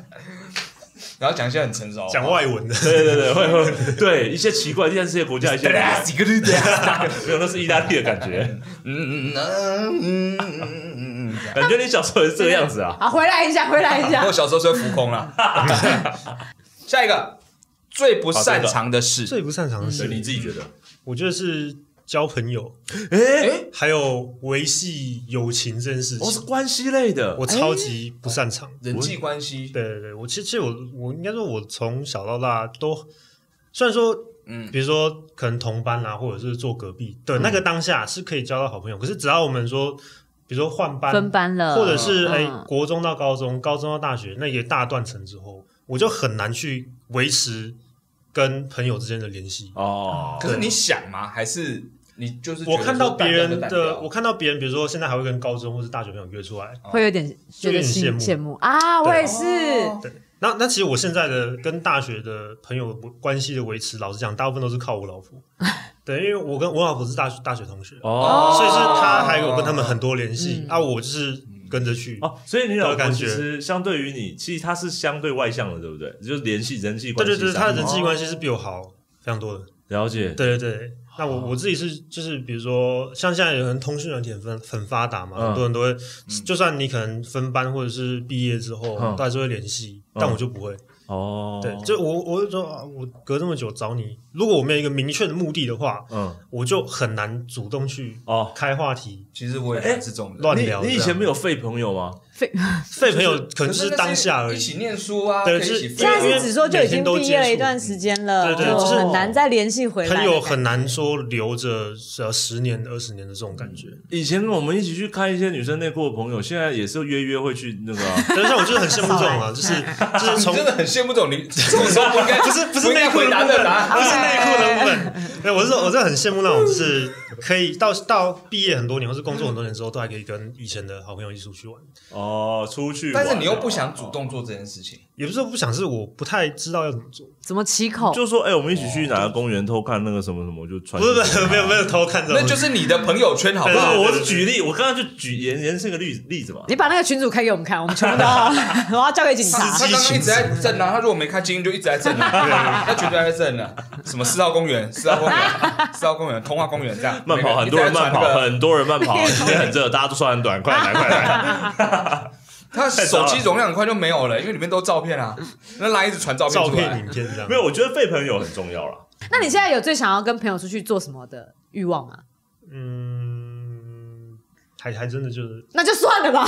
[SPEAKER 4] 然后讲一些很成熟，
[SPEAKER 3] 讲外文的，
[SPEAKER 2] 对对对，会会对一些奇怪，第三世界国家一
[SPEAKER 4] 嗯
[SPEAKER 2] 些
[SPEAKER 3] 啊
[SPEAKER 2] 没有，那是意大利的感觉，
[SPEAKER 4] 嗯嗯嗯嗯嗯嗯嗯。
[SPEAKER 2] 感觉你小时候也是这个样子啊。
[SPEAKER 1] 好，回来一下，回来一 下
[SPEAKER 4] 我。小时候是会浮空 啦。下一个最不擅长的事，
[SPEAKER 3] 最不擅长的
[SPEAKER 2] 所以
[SPEAKER 3] 是，
[SPEAKER 2] 你自己觉得？
[SPEAKER 3] 我觉得是交朋友，
[SPEAKER 2] 哎，
[SPEAKER 3] 还有维系友情这件事
[SPEAKER 2] 哦我是
[SPEAKER 3] 情，
[SPEAKER 2] 关系类的，
[SPEAKER 3] 我超级不擅长。
[SPEAKER 4] 人际关系，
[SPEAKER 3] 对对对，我其实其实我我应该说，我从小到大都，虽然说，
[SPEAKER 4] 嗯
[SPEAKER 3] 比如说可能同班啊，或者是坐隔壁，对、那个当下是可以交到好朋友，可是只要我们说，比如说换班，
[SPEAKER 1] 分班了，
[SPEAKER 3] 或者是哎、
[SPEAKER 1] 嗯
[SPEAKER 3] 国中到高中，高中到大学，那也大断层之后，我就很难去维持跟朋友之间的联系。
[SPEAKER 2] 哦，
[SPEAKER 4] 可是你想吗？还是你就是
[SPEAKER 3] 我看到别人
[SPEAKER 4] 觉得说
[SPEAKER 3] 的，
[SPEAKER 1] 哦
[SPEAKER 3] 我看到别人，比如说现在还会跟高中或是大学朋友约出来，
[SPEAKER 1] 嗯会有点觉得
[SPEAKER 3] 就有
[SPEAKER 1] 羡
[SPEAKER 3] 点
[SPEAKER 1] 羡
[SPEAKER 3] 羡
[SPEAKER 1] 慕啊，我也是。
[SPEAKER 4] 哦
[SPEAKER 3] 对，那那其实我现在的跟大学的朋友关系的维持，老实讲，大部分都是靠我老婆。对，因为我跟我老婆是大学大学同学，
[SPEAKER 2] 哦
[SPEAKER 3] 所以是她还有跟他们很多联系、
[SPEAKER 1] 嗯
[SPEAKER 3] 啊，我就是跟着去。
[SPEAKER 2] 哦，所以你老
[SPEAKER 3] 的
[SPEAKER 2] 婆
[SPEAKER 3] 感
[SPEAKER 2] 其
[SPEAKER 3] 觉
[SPEAKER 2] 实相对于你，其实她是相对外向的，对不对？就是联系人际关
[SPEAKER 3] 对
[SPEAKER 2] 系
[SPEAKER 3] 对
[SPEAKER 2] 上，
[SPEAKER 3] 对，她的人际
[SPEAKER 2] 哦
[SPEAKER 3] 关系是比我好非常多的。
[SPEAKER 2] 了解，
[SPEAKER 3] 对对对，那我我自己是就是比如说，像现在有人通讯软体很很发达嘛，
[SPEAKER 2] 嗯
[SPEAKER 3] 很多人都会，就算你可能分班或者是毕业之后，
[SPEAKER 2] 嗯
[SPEAKER 3] 都还是会联系，
[SPEAKER 2] 嗯
[SPEAKER 3] 但我就不会。
[SPEAKER 2] 哦，
[SPEAKER 3] 对，就我我就说，啊我隔这么久找你，如果我没有一个明确的目的的话，
[SPEAKER 2] 嗯
[SPEAKER 3] 我就很难主动去
[SPEAKER 2] 哦，
[SPEAKER 3] 开话题。
[SPEAKER 4] 其实我也是这种人，
[SPEAKER 3] 哎乱
[SPEAKER 2] 你
[SPEAKER 3] 聊这样。
[SPEAKER 2] 你以前没有废朋友吗？
[SPEAKER 1] 废
[SPEAKER 3] 废朋友，可能就是当下而
[SPEAKER 4] 一
[SPEAKER 3] 已。
[SPEAKER 4] 起念书啊，
[SPEAKER 3] 对
[SPEAKER 4] 可以一起
[SPEAKER 3] 是
[SPEAKER 1] 现在
[SPEAKER 4] 飞
[SPEAKER 1] 是
[SPEAKER 4] 啊
[SPEAKER 1] 只说就已经毕业了一段时间了，
[SPEAKER 3] 对对
[SPEAKER 1] 就
[SPEAKER 3] 就是
[SPEAKER 1] 很难再联系回来。
[SPEAKER 3] 朋友很难说留着呃十年二十年的这种感觉，
[SPEAKER 2] 以前我们一起去看一些女生内裤的朋友，现在也是约约会去那个啊
[SPEAKER 3] 但是我就是很羡慕这种啊，就是就是
[SPEAKER 4] 你
[SPEAKER 3] 从
[SPEAKER 4] 真的很羡慕 这种，你这种时候不应该
[SPEAKER 3] 不是不是
[SPEAKER 4] 应该
[SPEAKER 3] 内裤
[SPEAKER 4] 回
[SPEAKER 3] 的
[SPEAKER 4] 答
[SPEAKER 3] 部
[SPEAKER 4] 这个
[SPEAKER 3] 分，
[SPEAKER 4] 答案，
[SPEAKER 3] 不是内裤的部分。对，我是我是很羡慕那种，就是可以到到毕业很多年或是工作很多年之后，都还可以跟以前的好朋友一起出去玩。
[SPEAKER 2] 哦出去玩，
[SPEAKER 4] 但是你又不想主动做这件事情，
[SPEAKER 3] 也不是说不想，是我不太知道要怎么做。
[SPEAKER 1] 怎么起口？
[SPEAKER 2] 就说哎，我们一起去哪个公园偷看那个什么什么，我就
[SPEAKER 3] 不
[SPEAKER 2] 穿。
[SPEAKER 3] 是不是没有没有偷看这种
[SPEAKER 4] 那
[SPEAKER 3] 东西，
[SPEAKER 4] 就是你的朋友圈好不
[SPEAKER 2] 不
[SPEAKER 4] 好？
[SPEAKER 2] 是，
[SPEAKER 3] 哦对对对
[SPEAKER 2] 我是举例，我刚刚就举延延伸个例子例子嘛。
[SPEAKER 1] 你把那个群主开给我们看，我们全部都要，我要交给警察
[SPEAKER 4] 他。刚刚一直在震啊，他如果没看精英就一直在震 啊，他绝对在震啊。什么四号公园、四号公园、四号公园、通化公园这样，
[SPEAKER 2] 慢跑，很多人 慢跑，很多人慢跑，今天很热，大家都穿很短，快来快 来！
[SPEAKER 4] 他手机容量很快就没有了，因为里面都照片 啊，那拉一直传照片
[SPEAKER 3] 照
[SPEAKER 4] 出
[SPEAKER 3] 片
[SPEAKER 2] 啊
[SPEAKER 4] 来。
[SPEAKER 3] 影片这样
[SPEAKER 2] 没。有，我觉得废朋友很重要啦。
[SPEAKER 1] 那你现在有最想要跟朋友出去做什么的欲望吗？
[SPEAKER 3] 嗯，还还真的就是，
[SPEAKER 1] 那就算了吧。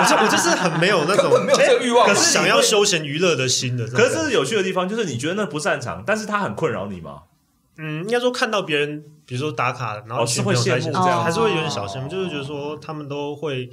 [SPEAKER 3] 我 就我就是很没有那
[SPEAKER 4] 根
[SPEAKER 3] 种哎
[SPEAKER 4] 本没有这个欲望啊
[SPEAKER 3] 可
[SPEAKER 4] 吧，
[SPEAKER 3] 是想要休闲娱乐的心的这种
[SPEAKER 2] 可
[SPEAKER 3] 感觉。
[SPEAKER 2] 是有趣的地方就是，你觉得那不擅长，但是他很困扰你吗？
[SPEAKER 3] 嗯，应该说看到别人，比如说打卡，然后
[SPEAKER 2] 哦
[SPEAKER 3] 一
[SPEAKER 2] 是
[SPEAKER 3] 群朋友
[SPEAKER 2] 会羡
[SPEAKER 3] 在
[SPEAKER 2] 慕
[SPEAKER 3] 一起
[SPEAKER 2] 这
[SPEAKER 1] 样
[SPEAKER 3] 还是会有点小羡慕，就是觉得说他们都会，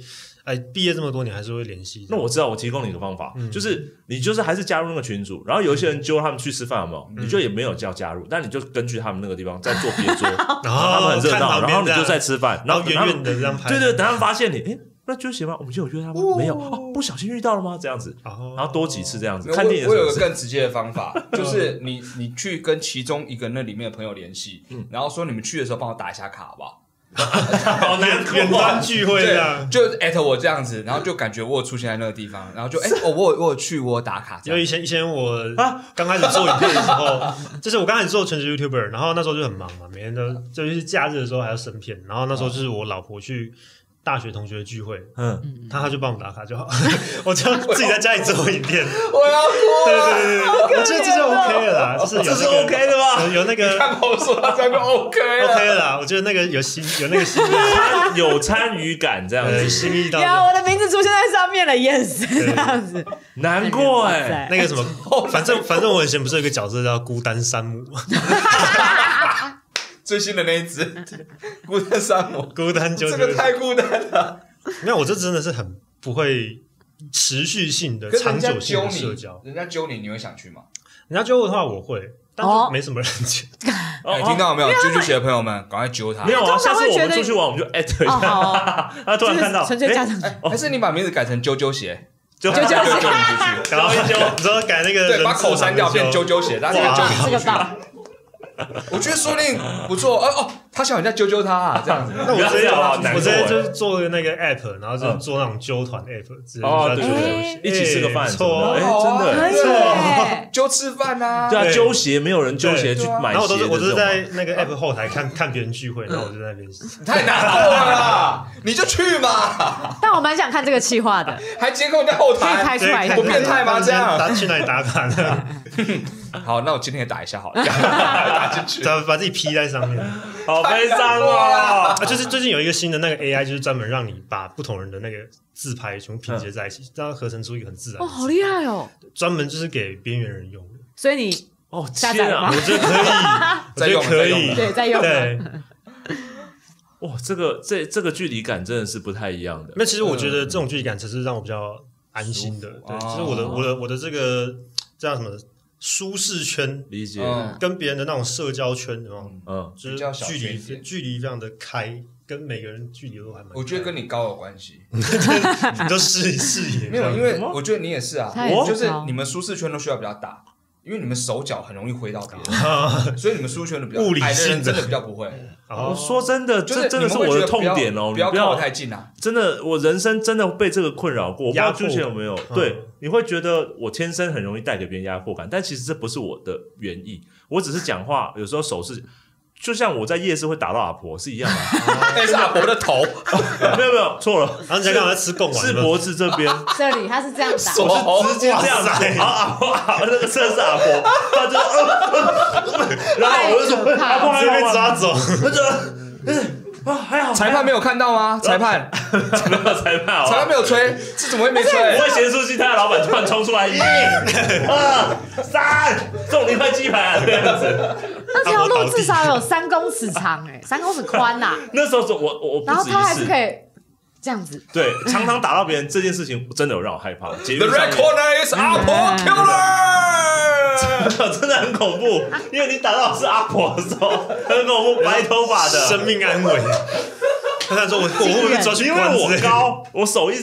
[SPEAKER 3] 哎，毕业这么多年还是会联系。
[SPEAKER 2] 那我知道，我提供你一个方法，
[SPEAKER 3] 嗯
[SPEAKER 2] 就是你就是还是加入那个群组，然后有一些人揪他们去吃饭，有没
[SPEAKER 3] 嗯
[SPEAKER 2] 有？你就也没有叫加入，但你就根据他们那个地方再做别桌，
[SPEAKER 3] 然
[SPEAKER 2] 然后他们很热
[SPEAKER 3] 看
[SPEAKER 2] 闹，
[SPEAKER 3] 旁边
[SPEAKER 2] 然后你就
[SPEAKER 3] 这
[SPEAKER 2] 在
[SPEAKER 3] 样，
[SPEAKER 2] 吃饭，
[SPEAKER 3] 然
[SPEAKER 2] 后
[SPEAKER 3] 后
[SPEAKER 2] 等他
[SPEAKER 3] 远
[SPEAKER 2] 们
[SPEAKER 3] 远的这样拍，
[SPEAKER 2] 对对，等他们发现你，诶，那纠结吗？我们今天有约他吗？没有哦，不小心遇到了吗？这样子，
[SPEAKER 3] 然后
[SPEAKER 2] 然后多几次这样子，
[SPEAKER 4] 我
[SPEAKER 2] 看电影
[SPEAKER 4] 我有
[SPEAKER 2] 的
[SPEAKER 4] 个
[SPEAKER 2] 时候
[SPEAKER 4] 更直接的方 法，就是你你去跟其中一个那里面的朋友联系，
[SPEAKER 3] 嗯
[SPEAKER 4] 然后说你们去的时候帮我打一下卡好不好？
[SPEAKER 2] 好难
[SPEAKER 3] 远
[SPEAKER 2] 过
[SPEAKER 3] 端
[SPEAKER 2] 啊。
[SPEAKER 3] 聚会这
[SPEAKER 4] 对，
[SPEAKER 3] 样。
[SPEAKER 4] 就 at 我这样子，然后就感觉我有出现在那个地方， 然后就哎、哦，我有我有去，我有打卡这
[SPEAKER 3] 因为以
[SPEAKER 4] 样。
[SPEAKER 3] 前以前我
[SPEAKER 2] 啊
[SPEAKER 3] 刚开始做影片的时候，就是我刚开始做全职 YouTuber，然后那时候就很忙嘛，每天都就是假日的时候还要审片，然后那时候就是我老婆去大学同学聚会，
[SPEAKER 2] 嗯，
[SPEAKER 3] 她她就帮我们打卡就好， 我就自己在家里做影片。
[SPEAKER 4] 我要哭
[SPEAKER 3] 对对
[SPEAKER 4] 了。
[SPEAKER 3] 对对对，我觉得这就 OK 了啦，
[SPEAKER 4] 哦
[SPEAKER 3] 就是有
[SPEAKER 2] 这是
[SPEAKER 3] 那个
[SPEAKER 2] OK 的吧？
[SPEAKER 3] 有有那个
[SPEAKER 4] 看我说他这样就 OK 了
[SPEAKER 3] OK 了啦，我觉得那个有心有那个心意，
[SPEAKER 2] 参有参与感这样
[SPEAKER 3] 呃，
[SPEAKER 2] 子，
[SPEAKER 3] 心意到
[SPEAKER 1] 有啊我的名字出现在上面了，yes，这样子。
[SPEAKER 2] 难过
[SPEAKER 1] 哇
[SPEAKER 2] 哎
[SPEAKER 1] 塞。
[SPEAKER 3] 那个什么，反正反正我以前不是有一个角色叫孤单山姆，
[SPEAKER 4] 最新的那一只 孤单山姆，
[SPEAKER 3] 孤单 就
[SPEAKER 4] 这个太孤单了。
[SPEAKER 3] 没有，我这真的是很不会持续性的
[SPEAKER 4] 可是
[SPEAKER 3] 长
[SPEAKER 4] 人家
[SPEAKER 3] 久性
[SPEAKER 4] 揪
[SPEAKER 3] 的社
[SPEAKER 4] 你
[SPEAKER 3] 交，，
[SPEAKER 4] 人家揪你，你会想去吗？
[SPEAKER 3] 人家揪我的话，我会，但
[SPEAKER 1] 哦
[SPEAKER 3] 是没什么人揪。
[SPEAKER 2] 哦
[SPEAKER 4] 哎，听到没有？啾啾学的朋友们，赶快揪他。
[SPEAKER 2] 没有啊？
[SPEAKER 1] 通常
[SPEAKER 2] 下次
[SPEAKER 1] 会
[SPEAKER 2] 我
[SPEAKER 1] 觉
[SPEAKER 2] 们
[SPEAKER 1] 得
[SPEAKER 2] 出去玩，我们就艾特一
[SPEAKER 1] 哦，
[SPEAKER 2] 下，
[SPEAKER 1] 好哦，
[SPEAKER 2] 他突
[SPEAKER 1] 就
[SPEAKER 2] 然看到，
[SPEAKER 1] 是纯粹家
[SPEAKER 2] 哎，
[SPEAKER 1] 长
[SPEAKER 4] 哎，还是你把名字改成啾啾鞋，
[SPEAKER 2] 就
[SPEAKER 1] 就这样
[SPEAKER 4] 啾
[SPEAKER 1] 子
[SPEAKER 4] 啾你出去。
[SPEAKER 2] 然后一揪，
[SPEAKER 3] 你说改那个人
[SPEAKER 4] 对，
[SPEAKER 3] 字
[SPEAKER 4] 把口删掉
[SPEAKER 3] 旁边
[SPEAKER 4] 变
[SPEAKER 3] 揪
[SPEAKER 4] 啾啾鞋，大家
[SPEAKER 3] 哇
[SPEAKER 4] 就揪你
[SPEAKER 1] 这
[SPEAKER 4] 出
[SPEAKER 1] 个
[SPEAKER 4] 去。
[SPEAKER 1] 大，
[SPEAKER 4] 我觉得说不定不错。哦哦，他想人家揪揪他啊，这样子。
[SPEAKER 3] 那我
[SPEAKER 2] 不
[SPEAKER 3] 直
[SPEAKER 2] 要这
[SPEAKER 3] 接
[SPEAKER 2] 样好难
[SPEAKER 3] 我直接
[SPEAKER 2] 过
[SPEAKER 3] 就
[SPEAKER 2] 哎
[SPEAKER 3] 是做那个 app，然后就是做那种揪团 app，直接
[SPEAKER 2] 哦
[SPEAKER 3] 就
[SPEAKER 2] 对
[SPEAKER 3] 是
[SPEAKER 2] 对
[SPEAKER 1] 对
[SPEAKER 3] 哎
[SPEAKER 2] 一起吃个饭
[SPEAKER 3] 不
[SPEAKER 2] 什么的，哎，
[SPEAKER 3] 错哦。
[SPEAKER 2] 真
[SPEAKER 4] 错
[SPEAKER 2] 的
[SPEAKER 1] 可
[SPEAKER 2] 哎
[SPEAKER 1] 以
[SPEAKER 4] 错
[SPEAKER 1] 耶，
[SPEAKER 4] 揪吃饭呐。
[SPEAKER 2] 对啊，
[SPEAKER 3] 对
[SPEAKER 2] 揪鞋没有人揪鞋去买
[SPEAKER 3] 然后
[SPEAKER 2] 鞋
[SPEAKER 3] 我都是
[SPEAKER 2] 的
[SPEAKER 3] 我都
[SPEAKER 2] 这
[SPEAKER 3] 是
[SPEAKER 2] 种
[SPEAKER 3] 在
[SPEAKER 2] 啊。
[SPEAKER 3] 那个 app 后台看看别人聚会，然后我就在那边
[SPEAKER 4] 太难过了啦，你就去嘛，
[SPEAKER 1] 但我蛮想看这个企划的，
[SPEAKER 4] 还监控在后
[SPEAKER 1] 可以
[SPEAKER 4] 台
[SPEAKER 1] 拍。出来一
[SPEAKER 3] 看
[SPEAKER 4] 我变
[SPEAKER 1] 下。
[SPEAKER 4] 态吗
[SPEAKER 3] 看
[SPEAKER 4] 这样
[SPEAKER 3] 打去哪里打卡 呢？
[SPEAKER 4] 好，那我今天也打一下好了，打进去。
[SPEAKER 3] 把把自己 P 在上面。
[SPEAKER 2] 好悲伤
[SPEAKER 4] 哇
[SPEAKER 2] 哦！
[SPEAKER 3] 啊，就是最近有一个新的那个 AI，就是专门让你把不同人的那个自拍全部拼接在一
[SPEAKER 4] 嗯
[SPEAKER 3] 起，让它合成出一个很自然
[SPEAKER 1] 哦，
[SPEAKER 3] 的
[SPEAKER 1] 好
[SPEAKER 3] 字，
[SPEAKER 1] 厉害哦！
[SPEAKER 3] 专门就是给边缘人用的。
[SPEAKER 1] 所以你
[SPEAKER 2] 哦，
[SPEAKER 1] 下载
[SPEAKER 2] 天
[SPEAKER 1] 了
[SPEAKER 2] 啊
[SPEAKER 1] 吗
[SPEAKER 3] 我！觉得可以，我
[SPEAKER 4] 再
[SPEAKER 3] 觉
[SPEAKER 4] 用
[SPEAKER 3] 得可
[SPEAKER 4] 再用
[SPEAKER 3] 以，
[SPEAKER 1] 对在用 吗，
[SPEAKER 3] 对。
[SPEAKER 2] 哇，这个这这个距离感真的是不太一样的。
[SPEAKER 3] 那其实我觉得这种距离感才是让我比较安心的，
[SPEAKER 4] 嗯舒服
[SPEAKER 3] 对，就
[SPEAKER 4] 哦
[SPEAKER 3] 是我的我的我的这个叫什么舒适圈，
[SPEAKER 2] 理解，
[SPEAKER 4] 嗯
[SPEAKER 3] 跟别人的那种社交圈，然后
[SPEAKER 2] 嗯，
[SPEAKER 3] 就
[SPEAKER 4] 比较
[SPEAKER 3] 是
[SPEAKER 4] 小
[SPEAKER 3] 距离
[SPEAKER 4] 圈子
[SPEAKER 3] 距离非常的开，跟每个人距离都还蛮开。
[SPEAKER 4] 我觉得跟你高有关系，
[SPEAKER 3] 你都视视野
[SPEAKER 4] 没有，因
[SPEAKER 3] 为
[SPEAKER 4] 为我觉得你也是啊
[SPEAKER 1] 他也，是
[SPEAKER 4] 就是
[SPEAKER 1] 高
[SPEAKER 4] 你们舒适圈都需要比较大，因为你们手脚很容易挥到别
[SPEAKER 2] 啊
[SPEAKER 4] 人，所以你们舒适圈的比较
[SPEAKER 3] 物理
[SPEAKER 4] 矮的人
[SPEAKER 3] 性的
[SPEAKER 4] 真的比较不会，
[SPEAKER 2] 我
[SPEAKER 3] 哦，
[SPEAKER 2] 说真的，
[SPEAKER 4] 就
[SPEAKER 2] 这真
[SPEAKER 4] 你
[SPEAKER 2] 的
[SPEAKER 4] 们
[SPEAKER 2] 是
[SPEAKER 4] 会
[SPEAKER 2] 我的
[SPEAKER 4] 觉得
[SPEAKER 2] 痛
[SPEAKER 4] 不要
[SPEAKER 2] 点哦。
[SPEAKER 4] 不
[SPEAKER 2] 你
[SPEAKER 4] 要
[SPEAKER 2] 不
[SPEAKER 4] 靠
[SPEAKER 2] 要
[SPEAKER 4] 太 近啊，
[SPEAKER 2] 真的，我人生真的被这个困扰过。我不知道
[SPEAKER 3] 压迫
[SPEAKER 2] 之前有没有
[SPEAKER 3] 嗯
[SPEAKER 2] 对，你会觉得我天生很容易带给别人压迫感，但其实这不是我的原意，我只是讲话有时候手势，就像我在夜市会打到阿婆是一样 的。
[SPEAKER 4] 那是阿婆的 头，
[SPEAKER 2] 没有没有，错 了，
[SPEAKER 3] 啊然后你才刚好在吃贡丸
[SPEAKER 2] 是
[SPEAKER 3] 吗
[SPEAKER 2] 脖子这边。
[SPEAKER 1] 这里他是这样 打，
[SPEAKER 4] 手
[SPEAKER 3] 我是直接
[SPEAKER 2] 这
[SPEAKER 3] 这
[SPEAKER 2] 样
[SPEAKER 3] 样
[SPEAKER 2] 子，
[SPEAKER 3] 子，
[SPEAKER 2] 啊啊啊！那个车是阿婆，他就， 然后我就说阿婆
[SPEAKER 3] 直
[SPEAKER 2] 还
[SPEAKER 3] 接被
[SPEAKER 2] 没抓，
[SPEAKER 3] 抓走。
[SPEAKER 2] 他就，啊还好，
[SPEAKER 4] 裁判没有看到 吗？ 裁判，
[SPEAKER 2] 没有裁判，
[SPEAKER 4] 裁判没有吹，这怎么会没
[SPEAKER 2] 不
[SPEAKER 4] 吹？
[SPEAKER 2] 会咸酥鸡摊的老板突然冲出来，一、二、三，送你一块鸡排啊，这样子。
[SPEAKER 1] 那条路至少有三公尺长哎，三公尺宽呐，
[SPEAKER 2] 那时候是我我我
[SPEAKER 1] 然
[SPEAKER 2] 不
[SPEAKER 1] 后
[SPEAKER 2] 止
[SPEAKER 1] 他还
[SPEAKER 2] 一
[SPEAKER 1] 是
[SPEAKER 2] 次
[SPEAKER 1] 可，以这样子，
[SPEAKER 2] 对，常常打到别人这件事情，真的有让我害怕。捷运
[SPEAKER 4] The
[SPEAKER 2] 上面
[SPEAKER 4] red corner is
[SPEAKER 2] 嗯
[SPEAKER 4] 阿婆 killer。
[SPEAKER 2] 真的很恐怖，因为你打到的是阿婆的时候，很恐怖，白头发的，
[SPEAKER 3] 生命安危。他想说我我会不会被抓去
[SPEAKER 2] 因为
[SPEAKER 3] 关之类
[SPEAKER 2] 我
[SPEAKER 3] 的
[SPEAKER 2] 高，我手一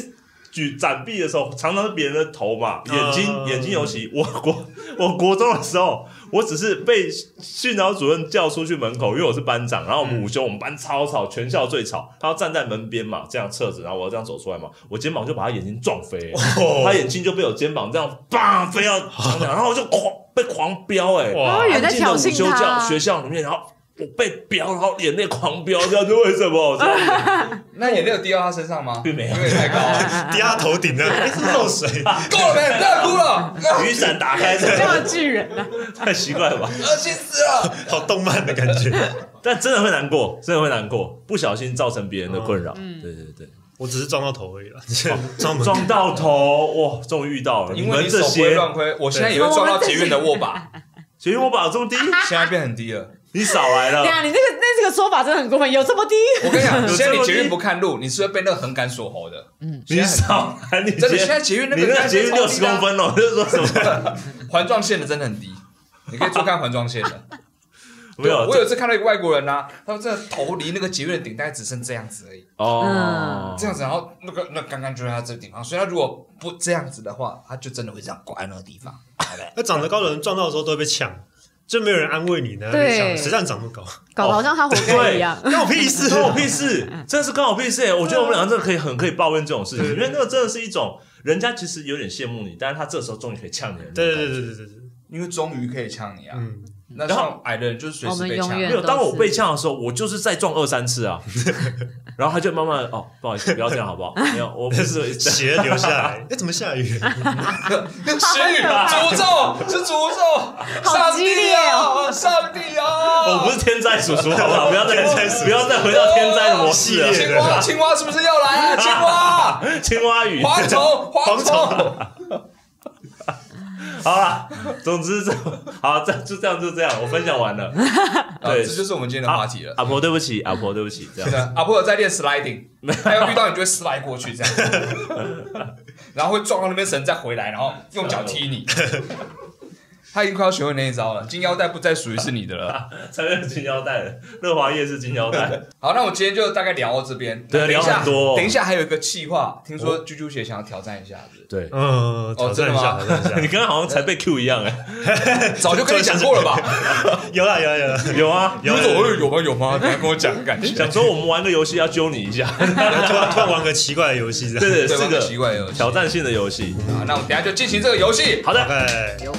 [SPEAKER 2] 举展臂的时候，常常是别人的头嘛，眼睛、
[SPEAKER 3] 嗯
[SPEAKER 2] 眼睛尤其。我国 我国中的时候，我只是被训导主任叫出去门口，因为我是班长，然后我们午休，我们班超吵，全校最吵。他要站在门边嘛，这样侧着，然后我要这样走出来嘛，我肩膀就把他眼睛撞飞、
[SPEAKER 3] 哦
[SPEAKER 2] 他眼睛就被我肩膀这样棒飞到 墙上，然后我就狂被狂飙哎、
[SPEAKER 3] 哇
[SPEAKER 1] 然后有人在
[SPEAKER 2] 进了
[SPEAKER 1] 挑
[SPEAKER 2] 午
[SPEAKER 1] 衅
[SPEAKER 2] 休
[SPEAKER 1] 他
[SPEAKER 2] 教
[SPEAKER 1] 啊，
[SPEAKER 2] 学校里面，然后我被飙，然后眼泪狂飙，这样 是为什么？这样子
[SPEAKER 4] 那眼泪有滴到他身上吗？
[SPEAKER 2] 并没有
[SPEAKER 4] 因为太高
[SPEAKER 2] 嗯
[SPEAKER 4] 了。
[SPEAKER 3] 低他头顶的，哎是漏水。
[SPEAKER 4] 够了没？不要哭了，
[SPEAKER 2] 雨伞打开，
[SPEAKER 1] 这样的巨人啊，
[SPEAKER 2] 太奇怪了吧？
[SPEAKER 4] 恶心死了。
[SPEAKER 3] 好动漫的感觉。
[SPEAKER 2] 但真的会难过，真的会难过，不小心造成别人的困扰。
[SPEAKER 1] 嗯
[SPEAKER 2] 对对对，
[SPEAKER 3] 我只是撞到头而 已啦，撞门
[SPEAKER 2] 哦撞到头，哇，终于遇到了。
[SPEAKER 4] 因为
[SPEAKER 2] 们
[SPEAKER 4] 你
[SPEAKER 2] 这
[SPEAKER 4] 手不会
[SPEAKER 2] 些，
[SPEAKER 4] 乱挥，我现在也会撞到捷运的握把，
[SPEAKER 2] 所以我把这么低，
[SPEAKER 4] 现在变很低了。
[SPEAKER 2] 你少来
[SPEAKER 1] 对
[SPEAKER 2] 了。
[SPEAKER 1] 啊，你这个那这个说法真的很过分，有这么低？
[SPEAKER 4] 我跟你 讲，
[SPEAKER 2] 有
[SPEAKER 4] 现
[SPEAKER 2] 这
[SPEAKER 4] 在你
[SPEAKER 2] 么
[SPEAKER 4] 捷运
[SPEAKER 2] 低
[SPEAKER 4] 不看路，你是会被那个横杆所吼的。嗯，
[SPEAKER 2] 你少来，你
[SPEAKER 4] 真的现在捷运那个
[SPEAKER 2] 你那
[SPEAKER 4] 站
[SPEAKER 2] 捷运
[SPEAKER 4] 超低的
[SPEAKER 2] 六
[SPEAKER 4] 啊
[SPEAKER 2] 十公分哦， 就是说什么
[SPEAKER 4] 环状线的真的很低，你可以做看环状线的。
[SPEAKER 2] 没有啊
[SPEAKER 4] 我有一次看到一个外国人呐，他们真的头离那个捷运的顶大概只剩这样子而已，
[SPEAKER 2] 哦
[SPEAKER 1] 嗯，
[SPEAKER 4] 这样子，然后那个那刚刚就在他这个地方，所以他如果不这样子的话，他就真的会这样挂在那个地 方。
[SPEAKER 3] 那长得高的人撞到的时候都会被呛，就没有人安慰你呢。
[SPEAKER 1] 对
[SPEAKER 3] 被呛谁让你长那么高？
[SPEAKER 1] 搞得好像他活该一样。
[SPEAKER 3] 关我屁 事！
[SPEAKER 2] 关我屁事，真的是关我屁事、欸。我觉得我们两个真的可以很可以抱怨这种事情，因为那个真的是一种人家其实有点羡慕你，但是他这时候终于可以呛你了。
[SPEAKER 3] 对对对对对对，
[SPEAKER 4] 因为终于可以呛你啊，
[SPEAKER 3] 嗯，
[SPEAKER 4] 那
[SPEAKER 2] 然后
[SPEAKER 4] 像矮的人就是随
[SPEAKER 1] 我
[SPEAKER 4] 时
[SPEAKER 1] 们
[SPEAKER 4] 被
[SPEAKER 1] 永
[SPEAKER 4] 呛。
[SPEAKER 1] 远
[SPEAKER 2] 没有，当我被呛的时候，我就是再撞二三次啊， 然后他就慢慢哦，不好意思，不要这样好 不好？没有，我不 是
[SPEAKER 3] 鞋留下来。 哎，怎么下雨？
[SPEAKER 4] 是诅咒，是诅 咒，上
[SPEAKER 1] 激
[SPEAKER 4] 帝
[SPEAKER 1] 烈哦
[SPEAKER 4] 啊，上帝啊！
[SPEAKER 2] 我不是天灾叔叔，好不好？不要再
[SPEAKER 3] 天灾叔叔
[SPEAKER 2] 不要再回到天灾的模式
[SPEAKER 3] 系列
[SPEAKER 2] 了。
[SPEAKER 4] 青蛙，青蛙是不是要来啊？青蛙，
[SPEAKER 2] 青蛙雨，
[SPEAKER 4] 蝗虫，啊蝗虫，
[SPEAKER 2] 好啦，总之这好，这就这样就这样，我分享完了。
[SPEAKER 4] 啊
[SPEAKER 2] 对
[SPEAKER 4] 这就是我们今天的话题了。
[SPEAKER 2] 阿婆，对不起，阿婆，对不起，这
[SPEAKER 4] 真
[SPEAKER 2] 样
[SPEAKER 3] 啊
[SPEAKER 4] 的，阿婆有在练 sliding，他要遇到你就会 slide 过去这样，然后会撞到那边绳再回来，然后用脚踢你。他已经快要学会那一招了，金腰带不再属于是你的了。
[SPEAKER 2] 才是金腰带的，乐华夜是金腰 带。
[SPEAKER 4] 好，那我今天就大概聊到这边。
[SPEAKER 2] 对
[SPEAKER 4] 那等一
[SPEAKER 2] 聊
[SPEAKER 4] 下
[SPEAKER 2] 很多哦
[SPEAKER 4] 等一下还有一个气话，听说啾啾姐想要挑战一下子，
[SPEAKER 2] 对，
[SPEAKER 3] 嗯，挑战一下，
[SPEAKER 4] 哦
[SPEAKER 3] 挑战
[SPEAKER 2] 你
[SPEAKER 3] 一
[SPEAKER 2] 刚刚好像才被 Q 一样哎，
[SPEAKER 4] 早就跟你讲过了吧？
[SPEAKER 3] 下，有啦有啦有啦，
[SPEAKER 2] 有啊，
[SPEAKER 3] 有啦有
[SPEAKER 4] 有有
[SPEAKER 3] 啦
[SPEAKER 4] 有有吗？有吗？赶快跟我讲，感觉
[SPEAKER 2] 想说我们玩个游戏要揪你一下，
[SPEAKER 3] 突然突然玩个奇怪的游戏这样
[SPEAKER 2] 对对，是
[SPEAKER 4] 对吧？很奇
[SPEAKER 2] 个
[SPEAKER 4] 怪的游戏。
[SPEAKER 2] 挑战性的游戏。
[SPEAKER 4] 啊好，那我们等一下就进行这个游戏。
[SPEAKER 2] 好的，
[SPEAKER 3] ，OK。
[SPEAKER 1] 有